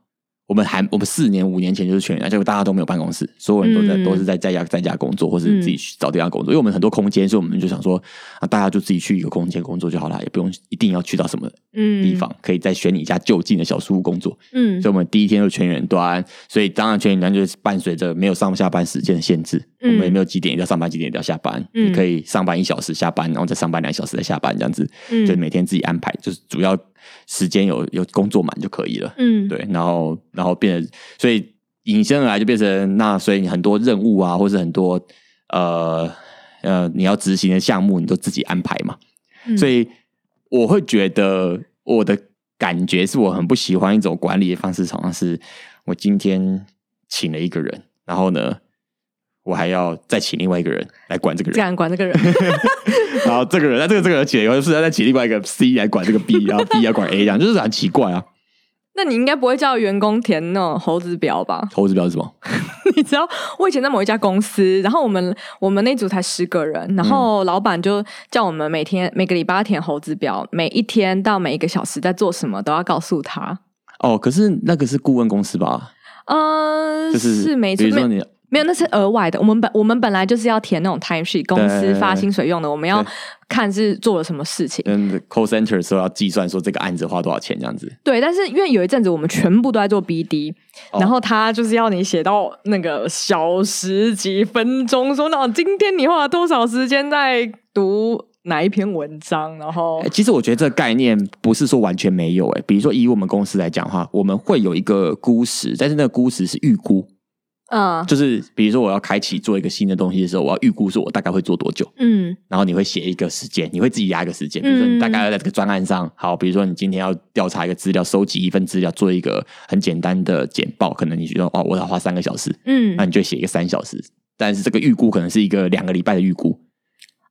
Speaker 1: 我们还我们四年五年前就是全远端，结果大家都没有办公室，所有人都在、
Speaker 2: 嗯
Speaker 1: 都是在在家在家工作，或是自己去找地方工作。因为我们很多空间，所以我们就想说啊，大家就自己去一个空间工作就好了，也不用一定要去到什么
Speaker 2: 嗯，
Speaker 1: 地方，可以在选你家就近的小书屋工作。
Speaker 2: 嗯
Speaker 1: 所以我们第一天就全远端，所以当然全远端就是伴随着没有上下班时间的限制，
Speaker 2: 嗯
Speaker 1: 我们也没有几点一定要上班，几点一定要下班，
Speaker 2: 嗯
Speaker 1: 你可以上班一小时，下班然后再上班两小时，再下班这样子，
Speaker 2: 嗯
Speaker 1: 就每天自己安排，就是主要时间有有工作满就可以了。
Speaker 2: 嗯，
Speaker 1: 对，然后然后变成，所以引申而来就变成那，所以你很多任务啊，或是很多呃呃你要执行的项目，你都自己安排嘛。
Speaker 2: 嗯
Speaker 1: 所以我会觉得我的感觉是我很不喜欢一种管理的方式，好像是我今天请了一个人，然后呢，我还要再请另外一个人来管这个
Speaker 2: 这
Speaker 1: 人，
Speaker 2: 样管这
Speaker 1: (laughs)
Speaker 2: 个人，
Speaker 1: 然后这个人，那这个这个人请了以后，是要再请另外一个 C 来管这个 B，然后 B 来管 A，这样就是很奇怪啊。
Speaker 2: 那你应该不会叫员工填那种猴子表吧？
Speaker 1: 投资标是什么？
Speaker 2: (laughs) 你知道，我以前在某一家公司，然后我们我们那组才十个人，然
Speaker 1: 嗯
Speaker 2: 后老板就叫我们每天每个礼拜要填猴子表，每一天到每一个小时在做什么都要告诉他。
Speaker 1: 哦，可是那个是顾问公司吧？
Speaker 2: 嗯、
Speaker 1: 就是
Speaker 2: 是没错，
Speaker 1: 比如
Speaker 2: 没
Speaker 1: 说
Speaker 2: 有
Speaker 1: 你
Speaker 2: 没有，那是额外的。我们本我们本来就是要填那种 time sheet，公
Speaker 1: 对
Speaker 2: 司
Speaker 1: 对
Speaker 2: 发
Speaker 1: 对
Speaker 2: 薪水用的，我们要
Speaker 1: 对
Speaker 2: 看是做了什么事情。
Speaker 1: 嗯 call center 的时候要计算说这个案子花多少钱这样子。
Speaker 2: 对，但是因为有一阵子我们全部都在做 BD，、
Speaker 1: 哦
Speaker 2: 然后他就是要你写到那个小时几分钟，说那今天你花了多少时间在读哪一篇文章，然后
Speaker 1: 欸其实我觉得这个概念不是说完全没有、欸，比如说以我们公司来讲的话，我们会有一个估时，但是那个估时是预估，
Speaker 2: 嗯
Speaker 1: 就是比如说我要开启做一个新的东西的时候，我要预估说我大概会做多久，
Speaker 2: 嗯
Speaker 1: 然后你会写一个时间，你会自己压一个时间，比如说你大概要在这个专案上，好，比如说你今天要调查一个资料，收集一份资料，做一个很简单的简报，可能你觉得哦，我要花三个小时，
Speaker 2: 嗯
Speaker 1: 那你就写一个三小时，但是这个预估可能是一个两个礼拜的预估，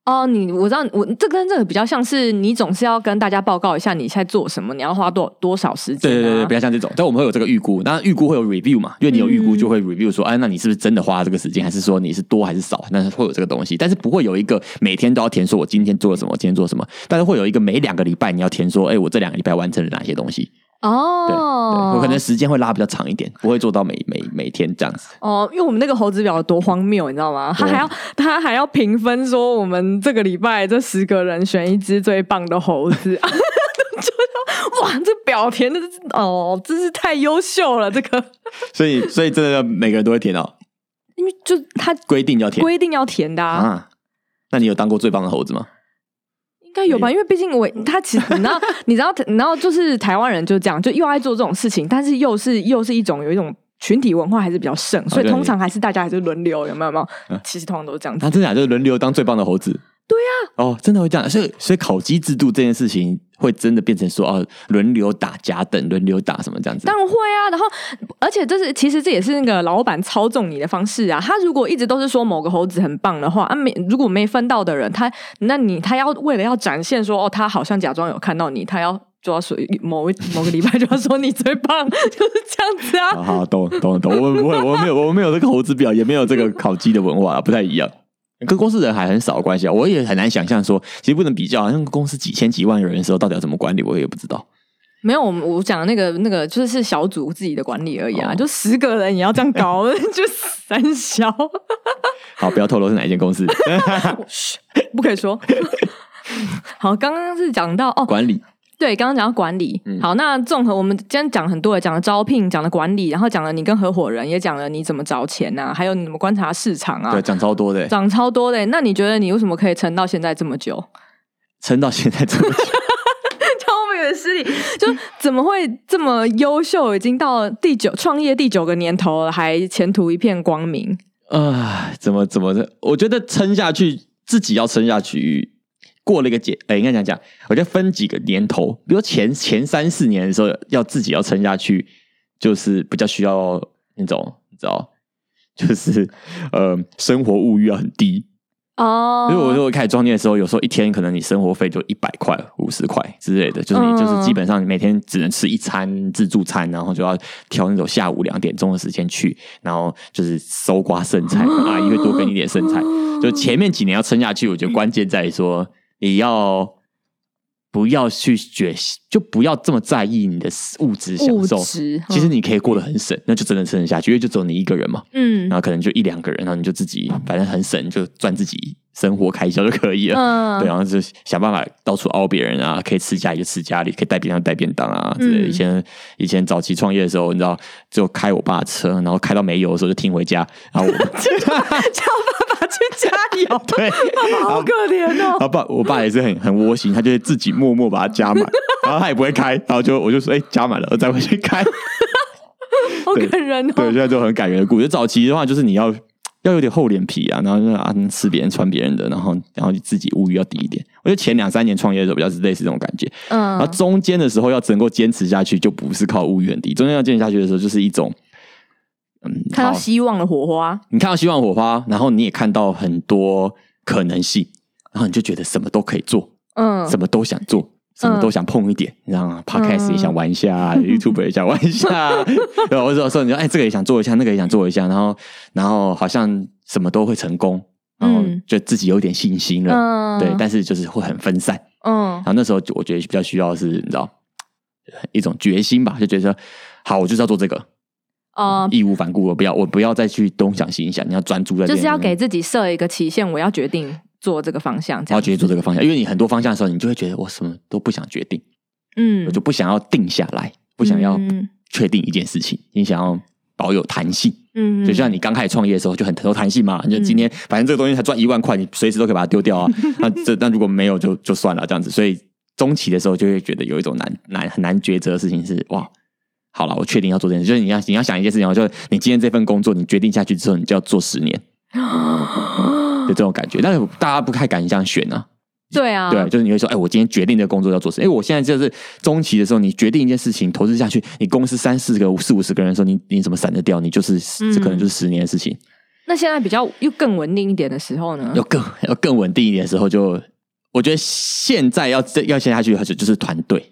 Speaker 2: 哦，你我知道，我这跟这个比较像是你总是要跟大家报告一下你现在做什么，你要花多多少时间、啊，
Speaker 1: 对对对，不要像这种，但我们会有这个预估，那预估会有 review 嘛？因为你有预估，
Speaker 2: 嗯
Speaker 1: 就会 review 说，哎、那你是不是真的花了这个时间，还是说你是多还是少？那会有这个东西，但是不会有一个每天都要填说我今天做了什么，我今天做了什么，但是会有一个每两个礼拜你要填说，哎、我这两个礼拜完成了哪些东西？对，
Speaker 2: 哦，
Speaker 1: 对，我可能时间会拉比较长一点，不会做到每每每天这样子。
Speaker 2: 哦，因为我们那个猴子表有多荒谬，你知道吗？他
Speaker 1: 对
Speaker 2: 还要他还要评分，说我们这个礼拜这十个人选一只最棒的猴子。 (laughs) 就说哇，这表填的哦，真是太优秀了！这个
Speaker 1: 所以，所以真的每个人都会填哦，
Speaker 2: 因为就他
Speaker 1: 规定要填
Speaker 2: 规定要填的啊，
Speaker 1: 啊。那你有当过最棒的猴子吗？
Speaker 2: 应该有吧？因为毕竟我他其
Speaker 1: (laughs)
Speaker 2: 实你知道，你知道，你知道，就是台湾人就这样，就又爱做这种事情，但是又是又是一种有一种群体文化还是比较盛，所以
Speaker 1: 啊对嗯
Speaker 2: 通常还是大家还是轮流，有没有？有没有？其实通常都是这样子
Speaker 1: 他、。真的、啊、就是轮流当最棒的猴子。对呀、哦，真的会这样，所以所以烤鸡制度这件事情会真的变成说哦，轮流打甲等，轮流打什么这样子。
Speaker 2: 当然会啊，然后而且这是其实这也是那个老板操纵你的方式啊。他如果一直都是说某个猴子很棒的话，啊没如果没分到的人，他那你他要为了要展现说哦，他好像假装有看到你，他要就要说某一某个礼拜就要说你最棒，就是这样子
Speaker 1: (laughs)
Speaker 2: 啊。
Speaker 1: 好哦好，懂了懂了懂了，我们不会，我们没有，我们没有这个猴子表，也没有这个烤鸡的文化，不太一样。跟公司人还很少的关系啊，我也很难想象说，其实不能比较，好像公司几千几万人的时候，到底要怎么管理，我也不知道。
Speaker 2: 没有，我们我讲的那个那个就是小组自己的管理而已啊，
Speaker 1: 哦
Speaker 2: 就十个人也要这样搞，就三小， (laughs)
Speaker 1: 好，不要透露是哪一间公司 (laughs)
Speaker 2: 不可以说。 (laughs) 好，刚刚是讲到哦，
Speaker 1: 管理。
Speaker 2: 对，刚刚讲到管理，
Speaker 1: 嗯
Speaker 2: 好，那综合我们今天讲很多了，讲了招聘，讲了管理，然后讲了你跟合伙人，也讲了你怎么找钱啊，还有你怎么观察市场啊
Speaker 1: 对，，讲超多的欸，
Speaker 2: 讲超多的欸。那你觉得你为什么可以撑到现在这么久？
Speaker 1: 撑到现在这么久，
Speaker 2: (laughs) 超没有失礼，就怎么会这么优秀？已经到了第九创业第九个年头了，还前途一片光明。
Speaker 1: 啊，怎么怎么的？我觉得撑下去，自己要撑下去。过了一个节，哎、应该讲讲，我觉得分几个年头，比如前前三四年的时候，要自己要撑下去，就是比较需要那种，你知道，就是呃，生活物欲要很低。
Speaker 2: 哦，
Speaker 1: 因为我说我开始创业的时候，有时候一天可能你生活费就一百块、五十块之类的，就是
Speaker 2: 嗯
Speaker 1: 你就是基本上你每天只能吃一餐自助餐，然后就要挑那种下午两点钟的时间去，然后就是搜刮剩菜，阿姨会多给你一点剩菜。就前面几年要撑下去，我觉得关键在于说你要。不要去觉，就不要这么在意你的物质享
Speaker 2: 物
Speaker 1: 受。
Speaker 2: 质
Speaker 1: 其实你可以过得很省，那就真的撑得下去，因为就只有你一个人嘛。
Speaker 2: 嗯
Speaker 1: 然后可能就一两个人，然后你就自己反正很省，就赚自己生活开销就可以了。
Speaker 2: 嗯 (laughs)
Speaker 1: 对，然后就想办法到处凹别人啊，可以吃家里就吃家里，可以带便当就带便当啊之类的。
Speaker 2: 嗯
Speaker 1: 以前以前早期创业的时候，你知道，就开我爸的车，然后开到没油的时候就停回家，然
Speaker 2: (laughs)
Speaker 1: 后我
Speaker 2: 叫爸爸去加油，
Speaker 1: (laughs) 对，然
Speaker 2: 好
Speaker 1: 后
Speaker 2: 可怜哦。
Speaker 1: 然后爸我爸也是很很窝心，他就会自己默默把它加满，然后他也不会开，然后就我就说哎、加满了，我再回去开。
Speaker 2: 好感 (laughs) 人哦！
Speaker 1: 对，现在就很感人的故事。早期的话，就是你要要有点厚脸皮啊，然后就是啊吃别人穿别人的，然后然后你自己物欲要低一点。我觉得前两三年创业的时候比较是类似这种感觉，然后
Speaker 2: 嗯，
Speaker 1: 中间的时候要能够坚持下去，就不是靠物欲很低，中间要坚持下去的时候就是一种。嗯，
Speaker 2: 看到
Speaker 1: 好
Speaker 2: 希望的火花，
Speaker 1: 你看到希望火花，然后你也看到很多可能性，然后你就觉得什么都可以做，
Speaker 2: 嗯，
Speaker 1: 什么都想做，什么都想碰一点，你知道吗？Podcast 也想玩一下、y
Speaker 2: 嗯
Speaker 1: o u t u b e 也想玩
Speaker 2: (laughs)
Speaker 1: 一下，然后我说说你说哎，这个也想做一下，那个也想做一下，然后然后好像什么都会成功，然后
Speaker 2: 嗯
Speaker 1: 就自己有点信心了，
Speaker 2: 嗯
Speaker 1: 对，但是就是会很分散。
Speaker 2: 嗯
Speaker 1: 然后那时候就我觉得比较需要的是你知道一种决心吧，就觉得说好，我就是要做这个，
Speaker 2: 呃，
Speaker 1: 义无反顾，我不要我不要再去东想西想，你要专注在这
Speaker 2: 就是要
Speaker 1: 里面
Speaker 2: 给自己设一个期限，我要决定做这个方向，这
Speaker 1: 然
Speaker 2: 样
Speaker 1: 后决定做这个方向，因为你很多方向的时候，你就会觉得我什么都不想决定，
Speaker 2: 嗯
Speaker 1: 我就不想要定下来，不想要
Speaker 2: 嗯
Speaker 1: 确定一件事情，你想要保有弹性。
Speaker 2: 嗯，
Speaker 1: 就像你刚开始创业的时候就很很有弹性嘛，你就今天反正这个东西才赚一万块，你随时都可以把它丢掉
Speaker 2: (laughs)
Speaker 1: 啊。那这那如果没有就就算了这样子，所以中期的时候就会觉得有一种难难很难抉择的事情是哇。好了，我确定要做这件事，就是你要你要想一件事情哦，就是你今天这份工作，你决定下去之后，你就要做十年，就这种感觉。但是大家不太敢这样选啊，
Speaker 2: (gasps) 对啊，
Speaker 1: 对，就是你会说，哎，我今天决定这个工作要做什么？哎，我现在就是中期的时候，你决定一件事情投资下去，你公司三四个、四五十个人的时候，你你怎么闪得掉？你就是这可能就是十年的事情。
Speaker 2: 那现在比较又更稳定一点的时候呢
Speaker 1: 要，更要更稳定一点的时候就，我觉得现在要这要陷下去，还是就是团队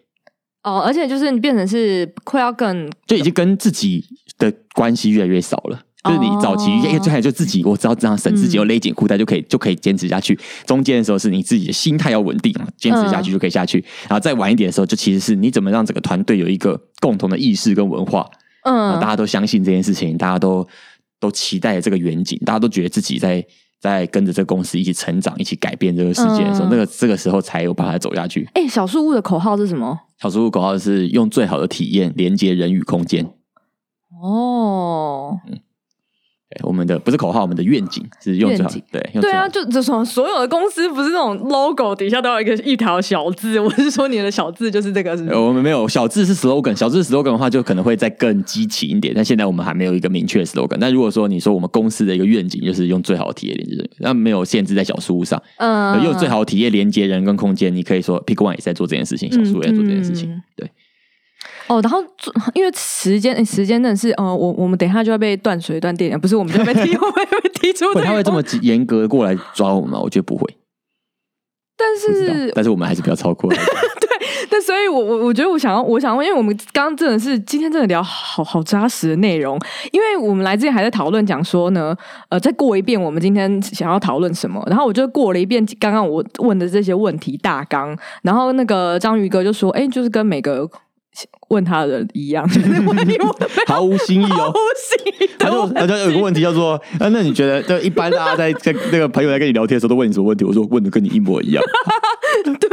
Speaker 2: 哦，而且就是你变成是快要更
Speaker 1: 就已经跟自己的关系越来越少了。就是你早期，
Speaker 2: 哦
Speaker 1: 因为最开始就自己，我只要这样省自己，
Speaker 2: 嗯
Speaker 1: 又勒紧裤带就可以，就可以坚持下去。中间的时候是你自己的心态要稳定，坚持下去就可以下去。然后再晚一点的时候，就其实是你怎么让整个团队有一个共同的意识跟文化，啊，大
Speaker 2: 嗯
Speaker 1: 家都相信这件事情，大家都都期待这个远景，大家都觉得自己在在跟着这个公司一起成长，一起改变这个世界的时候，
Speaker 2: 嗯
Speaker 1: 那个这个时候才有办法走下去。
Speaker 2: 哎、小树屋的口号是什么？
Speaker 1: 小树屋口号是用最好的体验连接人与空间。
Speaker 2: 哦，
Speaker 1: 对，我们的不是口号，我们的愿景是用最好
Speaker 2: 愿景
Speaker 1: 对，用
Speaker 2: 对
Speaker 1: 最
Speaker 2: 啊，
Speaker 1: 好。
Speaker 2: 就这种所有的公司不是那种 logo 底下都有一个一条小字，我是说你的小字就是这个，是不是？
Speaker 1: 呃我们没有小字是 slogan，小字 slogan 的话就可能会再更激情一点，但现在我们还没有一个明确的 slogan。但如果说你说我们公司的一个愿景就是用最好的体验连接人，那没有限制在小书屋上，
Speaker 2: 嗯
Speaker 1: 又有最好的体验连接人跟空间，你可以说 Pick One 也在做这件事情，小树也在做这件事情。
Speaker 2: 嗯嗯
Speaker 1: 对，
Speaker 2: 哦，然后做 (laughs) 因为时间，诶时间真的是，呃，我我们等一下就要被断水断电，不是我们就被踢，我们被踢出这哦
Speaker 1: 会
Speaker 2: 个
Speaker 1: 他会这么严格过来抓我们吗？我觉得不会，
Speaker 2: 但
Speaker 1: 不知道
Speaker 2: 是，
Speaker 1: 但是我们还是不要超 (laughs) 过。
Speaker 2: 但所以我，我我觉得我想要，我想要问，因为我们刚刚真的是今天真的聊好好扎实的内容，因为我们来之前还在讨论讲说呢，呃，再过一遍我们今天想要讨论什么，然后我就过了一遍刚刚我问的这些问题大纲，然后那个章鱼哥就说，哎，就是跟每个问他的人一样， (laughs) 就是问你我
Speaker 1: 毫无新意哦
Speaker 2: 不。行
Speaker 1: (laughs) 他就
Speaker 2: (laughs)
Speaker 1: 他就有一个问题叫做， (laughs) 呃，那你觉得，就一般大家在在那个朋友在跟你聊天的时候都问你什么问题？我说问的跟你一模一样。
Speaker 2: (laughs) 对，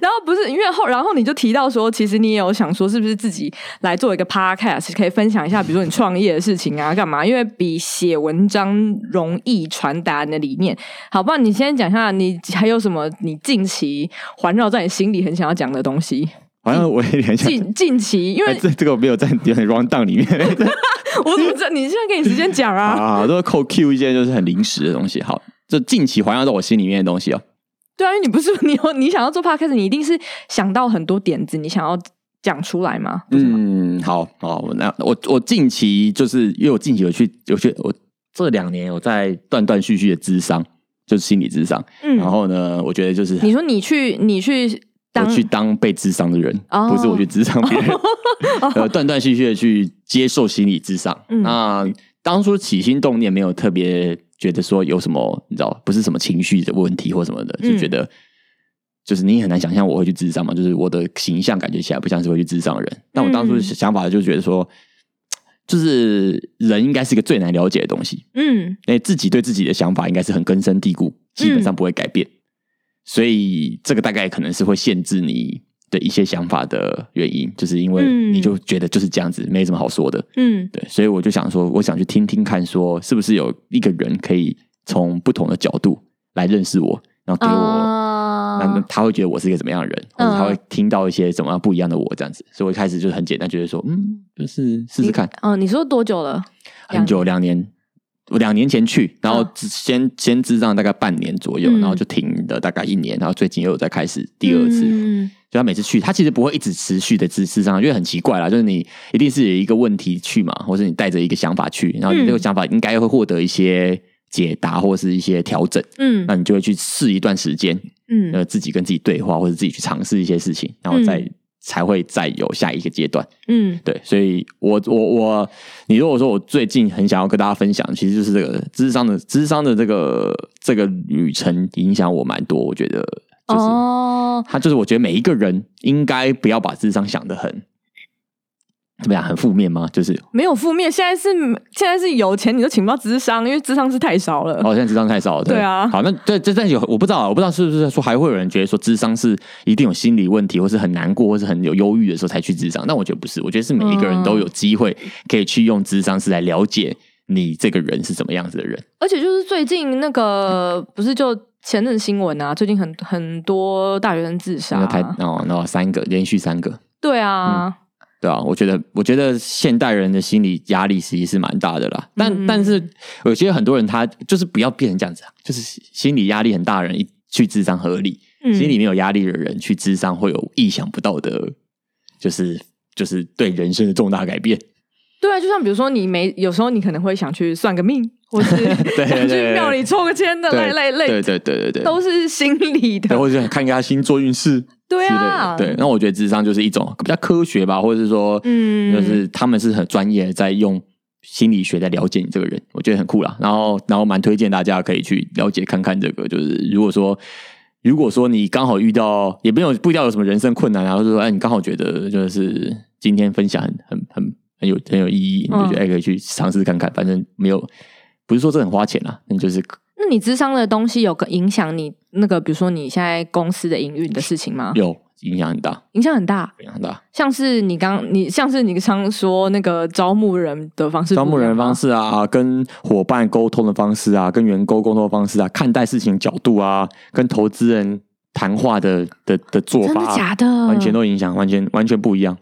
Speaker 2: 然后不是因为后，然后你就提到说，其实你也有想说，是不是自己来做一个 podcast，可以分享一下，比如说你创业的事情啊，干嘛？因为比写文章容易传达你的理念。好，不然你先讲一下，你还有什么你近期环绕在你心里很想要讲的东西？
Speaker 1: 好像我也很想， (laughs)
Speaker 2: 近近期，因
Speaker 1: 哎，
Speaker 2: 为
Speaker 1: 这这个我没有在有点 round down 里面。
Speaker 2: 我怎么知道？你现在给你时间讲 (laughs) 啊？
Speaker 1: (laughs) 啊，都扣 Q 一些就是很临时的东西。好，这近期环绕在我心里面的东西哦。
Speaker 2: 对啊，因为你不是你有你想要做 podcast，你一定是想到很多点子，你想要讲出来嘛？不是吗
Speaker 1: 嗯，好好，那我我近期就是因为我近期有去有去我这两年有在断断续续的智商，就是心理智商。
Speaker 2: 嗯，
Speaker 1: 然后呢，我觉得就是
Speaker 2: 你说你去你去
Speaker 1: 哦我
Speaker 2: 当
Speaker 1: 去当被智商的人，
Speaker 2: 哦
Speaker 1: 不是我去智商别人， (laughs) 呃，断断续续的去接受心理智商。
Speaker 2: 嗯
Speaker 1: 那当初起心动念没有特别觉得说有什么，你知道，不是什么情绪的问题或什么的，
Speaker 2: 嗯
Speaker 1: 就觉得。就是你也很难想象我会去智商嘛，就是我的形象感觉起来不像是会去智商的人。但我当初
Speaker 2: 嗯
Speaker 1: 想法就觉得说，就是人应该是一个最难了解的东西，
Speaker 2: 嗯
Speaker 1: 那自己对自己的想法应该是很根深蒂固，基本上不会改变，所以这个大概可能是会限制你的一些想法的原因，就是因为
Speaker 2: 嗯
Speaker 1: 你就觉得就是这样子，没什么好说的。
Speaker 2: 嗯
Speaker 1: 对，所以我就想说，我想去听听看，说是不是有一个人可以从不同的角度来认识我，然后给我，那、那
Speaker 2: 啊，
Speaker 1: 他会觉得我是一个怎么样的人，或者他会听到一些怎么样不一样的我这样子。所以我一开始就是很简单，觉得说，嗯，就是试试看。
Speaker 2: 哦，你说多久了？
Speaker 1: 很久，两年。我两年前去，然后只先、先智障大概半年左右，
Speaker 2: 嗯
Speaker 1: 然后就停了大概一年，然后最近又有在开始第二次。
Speaker 2: 嗯
Speaker 1: 就他每次去，他其实不会一直持续的智智障，因为很奇怪啦，就是你一定是有一个问题去嘛，或者你带着一个想法去，然后
Speaker 2: 嗯
Speaker 1: 你这个想法应该会获得一些解答或是一些调整，
Speaker 2: 嗯
Speaker 1: 那你就会去试一段时间，
Speaker 2: 嗯
Speaker 1: 呃，自己跟自己对话，或者自己去尝试一些事情，然后再、
Speaker 2: 嗯
Speaker 1: 才会再有下一个阶段。
Speaker 2: 嗯
Speaker 1: 对，所以我我我，你如果说我最近很想要跟大家分享，其实就是这个智商的智商的这个这个旅程影响我蛮多，我觉得就是、
Speaker 2: 哦，
Speaker 1: 他就是我觉得每一个人应该不要把智商想得很怎么样？很负面吗？就是
Speaker 2: 没有负面，现在是现在是有钱你就请不到智商，因为智商是太少 (laughs) 了。
Speaker 1: 哦，现在智商太少了。
Speaker 2: 对啊
Speaker 1: 好，那对这但有我不知道，我不知道是不是说还会有人觉得说智商是一定有心理问题，或是很难过，或是很有忧郁的时候才去智商。但我觉得不是，我觉得是每一个人都有机会可以去用智商是来了解你这个人是怎么样子的人。
Speaker 2: 而且就是最近那个不是就前阵新闻啊，最近很很多大学生自杀、
Speaker 1: 那台哦，那三个连续三个，
Speaker 2: 对啊，
Speaker 1: 对啊，我觉得，我觉得现代人的心理压力其实是蛮大的啦。但、
Speaker 2: 嗯
Speaker 1: 但是，我觉得很多人他就是不要变成这样子啊，就是心理压力很大的人一去智商合理，
Speaker 2: 嗯
Speaker 1: 心里没有压力的人去智商会有意想不到的，就是就是对人生的重大改变。
Speaker 2: 对啊，就像比如说你没有时候你可能会想去算个命，或是
Speaker 1: (laughs) 对
Speaker 2: 想
Speaker 1: 对
Speaker 2: (laughs) 去
Speaker 1: 对
Speaker 2: 庙里抽个签的，类类
Speaker 1: 对
Speaker 2: 类，
Speaker 1: 对对对对，
Speaker 2: 都是心理
Speaker 1: 对，
Speaker 2: 的。
Speaker 1: 或者是看一下星座运势
Speaker 2: 对
Speaker 1: 之类
Speaker 2: 啊，
Speaker 1: 的。对，那我觉得智商就是一种比较科学吧，或者是说，
Speaker 2: 嗯
Speaker 1: 就是他们是很专业，在用心理学在了解你这个人，我觉得很酷啦。然后，然后蛮推荐大家可以去了解看看这个，就是如果说。如果说你刚好遇到，也没有不一定要有什么人生困难啊，然后就说，哎，你刚好觉得就是今天分享很很很很有很有意义，
Speaker 2: 嗯
Speaker 1: 你就觉得、哎可以去尝试看看，反正没有不是说这很花钱啊，那你就是
Speaker 2: 那你智商的东西有个影响你那个，比如说你现在公司的营运的事情吗？
Speaker 1: 有影响很大，
Speaker 2: 影响很大，
Speaker 1: 影响很大。
Speaker 2: 像是你刚你像是你常说那个招募人的方式不一
Speaker 1: 招
Speaker 2: 样吗，
Speaker 1: 募人的方式啊，啊跟伙伴沟通的方式啊，跟员工沟通的方式啊，看待事情的角度啊，跟投资人谈话的的的做
Speaker 2: 真
Speaker 1: 法、
Speaker 2: 的
Speaker 1: 啊，
Speaker 2: 假的？
Speaker 1: 完全都影响，完全完全不一样。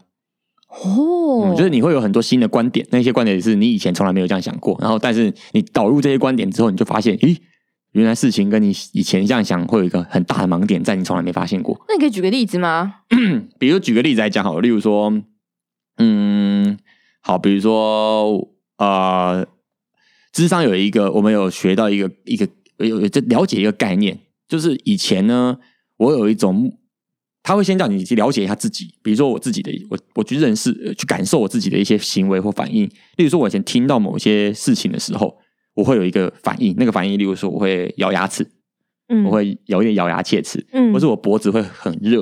Speaker 2: 哦
Speaker 1: 嗯，，就是你会有很多新的观点，那些观点是你以前从来没有这样想过，然后但是你导入这些观点之后，你就发现，咦，原来事情跟你以前这样想会有一个很大的盲点，在你从来没发现过。
Speaker 2: 那你可以举个例子吗？
Speaker 1: 比如举个例子来讲好了，例如说，嗯，好，比如说呃，智商有一个，我们有学到一个一个有有这了解一个概念，就是以前呢，我有一种。他会先让你去了解一下自己，比如说我自己的，我我去认识、呃去感受我自己的一些行为或反应。例如说，我以前听到某些事情的时候，我会有一个反应，那个反应，例如说，我会咬牙齿，
Speaker 2: 嗯，
Speaker 1: 我，会有一点咬牙切齿，
Speaker 2: 嗯，
Speaker 1: 或是我脖子会很热，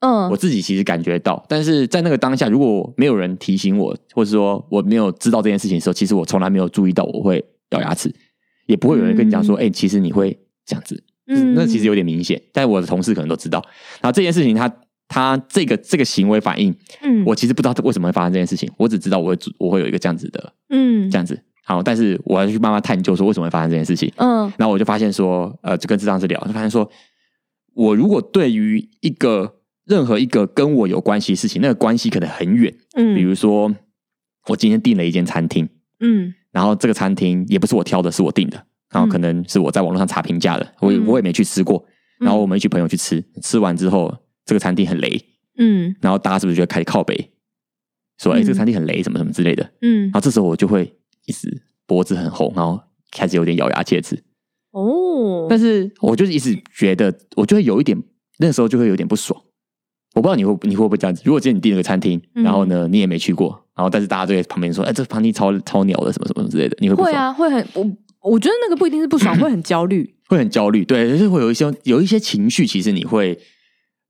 Speaker 2: 嗯，
Speaker 1: 我自己其实感觉到，但是在那个当下，如果没有人提醒我，或者说我没有知道这件事情的时候，其实我从来没有注意到我会咬牙齿，也不会有人跟你讲说，哎、其实你会这样子，
Speaker 2: 嗯
Speaker 1: 就是那其实有点明显，但我的同事可能都知道。然后这件事情他，他这个这个行为反应，
Speaker 2: 嗯，
Speaker 1: 我其实不知道为什么会发生这件事情，我只知道我会我会有一个这样子的
Speaker 2: 嗯
Speaker 1: 这样子。好，但是我要去慢慢探究说为什么会发生这件事情。
Speaker 2: 嗯
Speaker 1: 然后我就发现说，呃，就跟智障师聊，就发现说，我如果对于一个任何一个跟我有关系的事情，那个关系可能很远，
Speaker 2: 嗯，
Speaker 1: 比如说我今天订了一间餐厅，
Speaker 2: 嗯
Speaker 1: 然后这个餐厅也不是我挑的，是我订的，然后可能是我在网络上查评价的，我也
Speaker 2: 嗯
Speaker 1: 我也没去吃过，
Speaker 2: 嗯
Speaker 1: 然后我们一群朋友去吃，吃完之后这个餐厅很雷，
Speaker 2: 嗯
Speaker 1: 然后大家是不是就会开始靠北，说，哎、
Speaker 2: 嗯
Speaker 1: 这个餐厅很雷，什么什么之类的，
Speaker 2: 嗯
Speaker 1: 然后这时候我就会一直脖子很红，然后开始有点咬牙切齿。
Speaker 2: 哦，
Speaker 1: 但是我就是一直觉得，我就会有一点，那时候就会有点不爽。我不知道你会你会不会这样子。如果今天你订了个餐厅，
Speaker 2: 嗯
Speaker 1: 然后呢你也没去过，然后但是大家就在旁边说：“哎、这餐厅超超鸟的，什么什么之类的。”你会不
Speaker 2: 会
Speaker 1: 爽，
Speaker 2: 啊，会很我我觉得那个不一定是
Speaker 1: (clears throat)
Speaker 2: 不爽，会很焦虑，
Speaker 1: 会很焦虑。对，就是会有一些有一些情绪，其实你会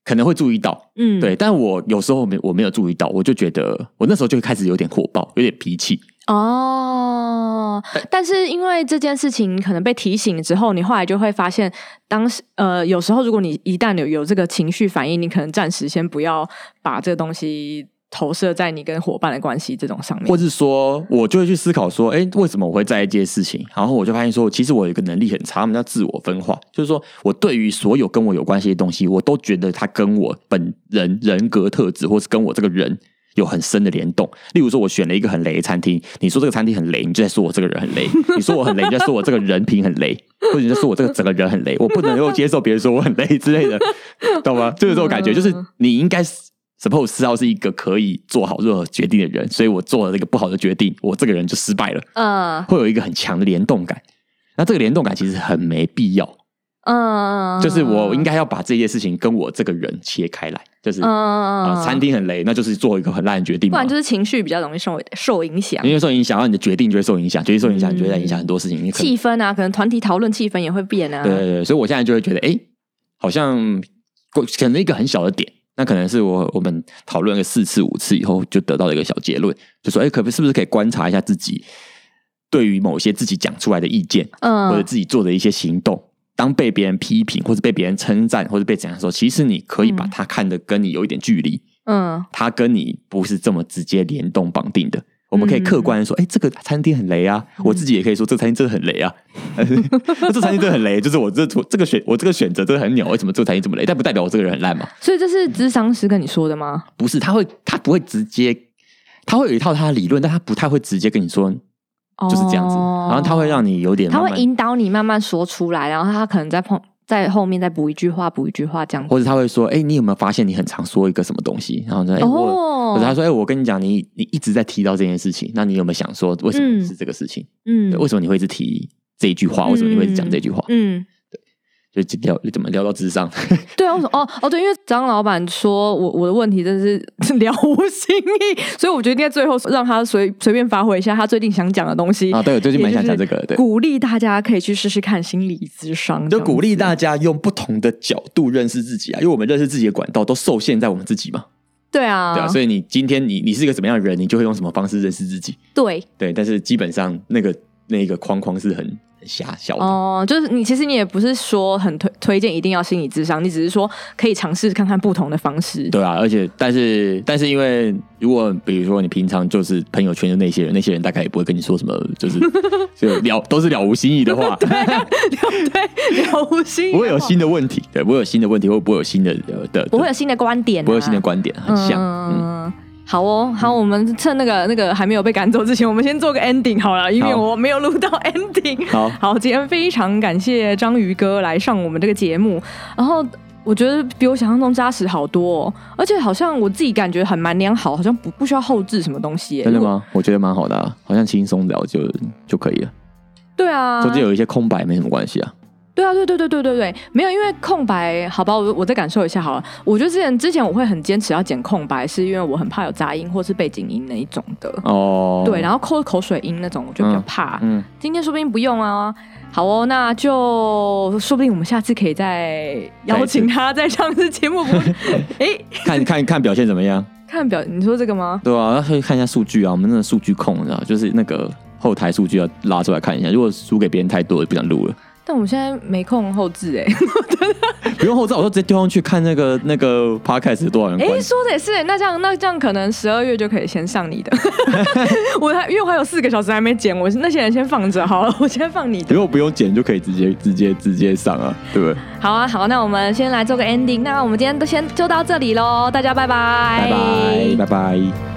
Speaker 1: 可能会注意到，
Speaker 2: 嗯，
Speaker 1: 对。但我有时候没我没有注意到，我就觉得我那时候就开始有点火爆，有点脾气。
Speaker 2: 哦，
Speaker 1: 哎
Speaker 2: 但是因为这件事情可能被提醒之后，你后来就会发现，当时呃，有时候如果你一旦有有这个情绪反应，你可能暂时先不要把这个东西投射在你跟伙伴的关系这种上面
Speaker 1: 或。是说我就会去思考说，哎、为什么我会在意这些事情？然后我就发现说，其实我有一个能力很差，他们叫自我分化，就是说我对于所有跟我有关系的东西，我都觉得它跟我本人人格特质，或是跟我这个人。有很深的联动，例如说，我选了一个很雷的餐厅，你说这个餐厅很雷，你就在说我这个人很
Speaker 2: (laughs)
Speaker 1: 雷；你说我很雷，你就在说我这个人品很雷，或者你在说我这个整个人很雷。我不能够接受别人说我很雷之类的， (laughs) 懂吗？就是这种感觉，嗯就是你应该是 suppose 是要是一个可以做好任何决定的人，所以我做了这个不好的决定，我这个人就失败了，
Speaker 2: 嗯
Speaker 1: 会有一个很强的联动感。那这个联动感其实很没必要，
Speaker 2: 嗯，
Speaker 1: 就是我应该要把这件事情跟我这个人切开来，就是
Speaker 2: 嗯
Speaker 1: 啊、
Speaker 2: 嗯嗯
Speaker 1: 餐厅很雷，那就是做一个很烂的决定
Speaker 2: 不
Speaker 1: 嘛
Speaker 2: 然就。是情绪比较容易受受影响
Speaker 1: 因，为受影响，然后你的决定就会受影响，决定受影响，你就会在影响很多事情。你可能
Speaker 2: 气氛啊，可能团体讨论气氛也会变啊。
Speaker 1: 对对对，所以我现在就会觉得，哎，好像过可能一个很小的点，那可能是我我们讨论个四次五次以后，就得到了一个小结论，就说，哎、可不是不是可以观察一下自己对于某些自己讲出来的意见，
Speaker 2: 嗯，
Speaker 1: 或者自己做的一些行动，当被别人批评或者被别人称赞或者被怎样的时候，其实你可以把
Speaker 2: 嗯
Speaker 1: 它看得跟你有一点距离，
Speaker 2: 嗯
Speaker 1: 它跟你不是这么直接联动绑定的。我们可以客观的说，哎、这个餐厅很雷啊！
Speaker 2: 嗯
Speaker 1: 我自己也可以说，这个餐厅真的很雷啊！ (laughs) 那这餐厅真的很雷，就是我这我这个选我这个选择真的很鸟，为什么这个餐厅这么雷？但不代表我这个人很烂嘛？
Speaker 2: 所以这是智商师跟你说的吗？
Speaker 1: 不是，他会他不会直接，他会有一套他的理论，但他不太会直接跟你说就是这样子，
Speaker 2: 哦
Speaker 1: 然后他会让你有点
Speaker 2: 他
Speaker 1: 慢
Speaker 2: 会
Speaker 1: 慢
Speaker 2: 引导你慢慢说出来，然后他可能在碰在后面再补一句话，补一句话这样子。
Speaker 1: 或者他会说：“哎、你有没有发现你很常说一个什么东西？”然后呢，哎、我，
Speaker 2: 哦
Speaker 1: 或者他说：“哎、我跟你讲，你你一直在提到这件事情，那你有没有想说为什么
Speaker 2: 嗯
Speaker 1: 是这个事情？
Speaker 2: 嗯
Speaker 1: 对为什么你会一直提这一句话？
Speaker 2: 嗯
Speaker 1: 为什么你会一直讲这句话？
Speaker 2: 嗯，
Speaker 1: 就聊怎么聊到智商？
Speaker 2: 对啊，我说哦哦对，因为张老板说我我的问题真是 (laughs) 了无新意，所以我决定在最后让他随随便发挥一下他最近想讲的东西
Speaker 1: 啊，对，我最近蛮
Speaker 2: 也就是
Speaker 1: 想讲这个，对。”
Speaker 2: 鼓励大家可以去试试看心理咨商，
Speaker 1: (laughs) 就鼓励大家用不同的角度认识自己啊，因为我们认识自己的管道都受限在我们自己嘛，
Speaker 2: 这样
Speaker 1: 对啊，
Speaker 2: 子
Speaker 1: 所以你今天你你是一个什么样的人，你就会用什么方式认识自己，
Speaker 2: 对
Speaker 1: 对。但是基本上那个那个框框是很很狭小的，
Speaker 2: 哦，就是你其实你也不是说很推推荐一定要心理智商，你只是说可以尝试看看不同的方式。
Speaker 1: 对啊，而且但是但是因为如果比如说你平常就是朋友圈的那些人，那些人大概也不会跟你说什么，就是
Speaker 2: (laughs)
Speaker 1: 就了都是了无新意的话，
Speaker 2: 啊对，了无新意
Speaker 1: 不会有
Speaker 2: 哦
Speaker 1: 新的问题，对，不会有新的问题，或不会有新的呃的，
Speaker 2: 不会有新的观点、啊，
Speaker 1: 不会有新的观点，很像，嗯，
Speaker 2: 嗯好哦，好，我们趁那个那个还没有被赶走之前，我们先做个 ending 好了，因为
Speaker 1: 好
Speaker 2: 我没有录到 (laughs) ending。
Speaker 1: 好
Speaker 2: 好，今天非常感谢章鱼哥来上我们这个节目，然后我觉得比我想象中扎实好多、哦，而且好像我自己感觉很蛮良好，好像不不需要后置什么东西耶。
Speaker 1: 真的
Speaker 2: 如果？
Speaker 1: 吗？我觉得蛮好的、啊，好像轻松聊就就可以了，
Speaker 2: 对啊，
Speaker 1: 中间有一些空白没什么关系啊，
Speaker 2: 对啊，对对对对对对，没有，因为空白，好吧，我我再感受一下好了。我觉得之前之前我会很坚持要剪空白，是因为我很怕有杂音或是背景音那一种的。
Speaker 1: 哦，
Speaker 2: 对，然后抠口水音那种，我就比较
Speaker 1: 嗯
Speaker 2: 怕。
Speaker 1: 嗯，
Speaker 2: 今天说不定不用啊。好哦，那就说不定我们下次可以再邀请他再上次节目。不 (laughs) 诶，
Speaker 1: 看 (laughs) 看看表现怎么样，
Speaker 2: 看表，你说这个吗？
Speaker 1: 对啊，可以看一下数据啊，我们那个数据控，你知道，就是那个后台数据要拉出来看一下，如果输给别人太多，就不想录了。
Speaker 2: 但我们现在没空后置哎、
Speaker 1: 不用后置，我说直接丢上去看那个那个 podcast 多少人
Speaker 2: 诶，
Speaker 1: 关。
Speaker 2: 说的也是、诶那这样那这样可能十二月就可以先上 (laughs) 你的。我还因为我还有四个小时还没剪，我那些人先放着好了， (laughs) 我先放你的。
Speaker 1: 如果不用剪就可以直接直接直接上啊，对不对？
Speaker 2: 好啊，好，那我们哎先来做个 ending。那我们今天都先就到这里喽，大家拜拜，
Speaker 1: 拜拜拜拜。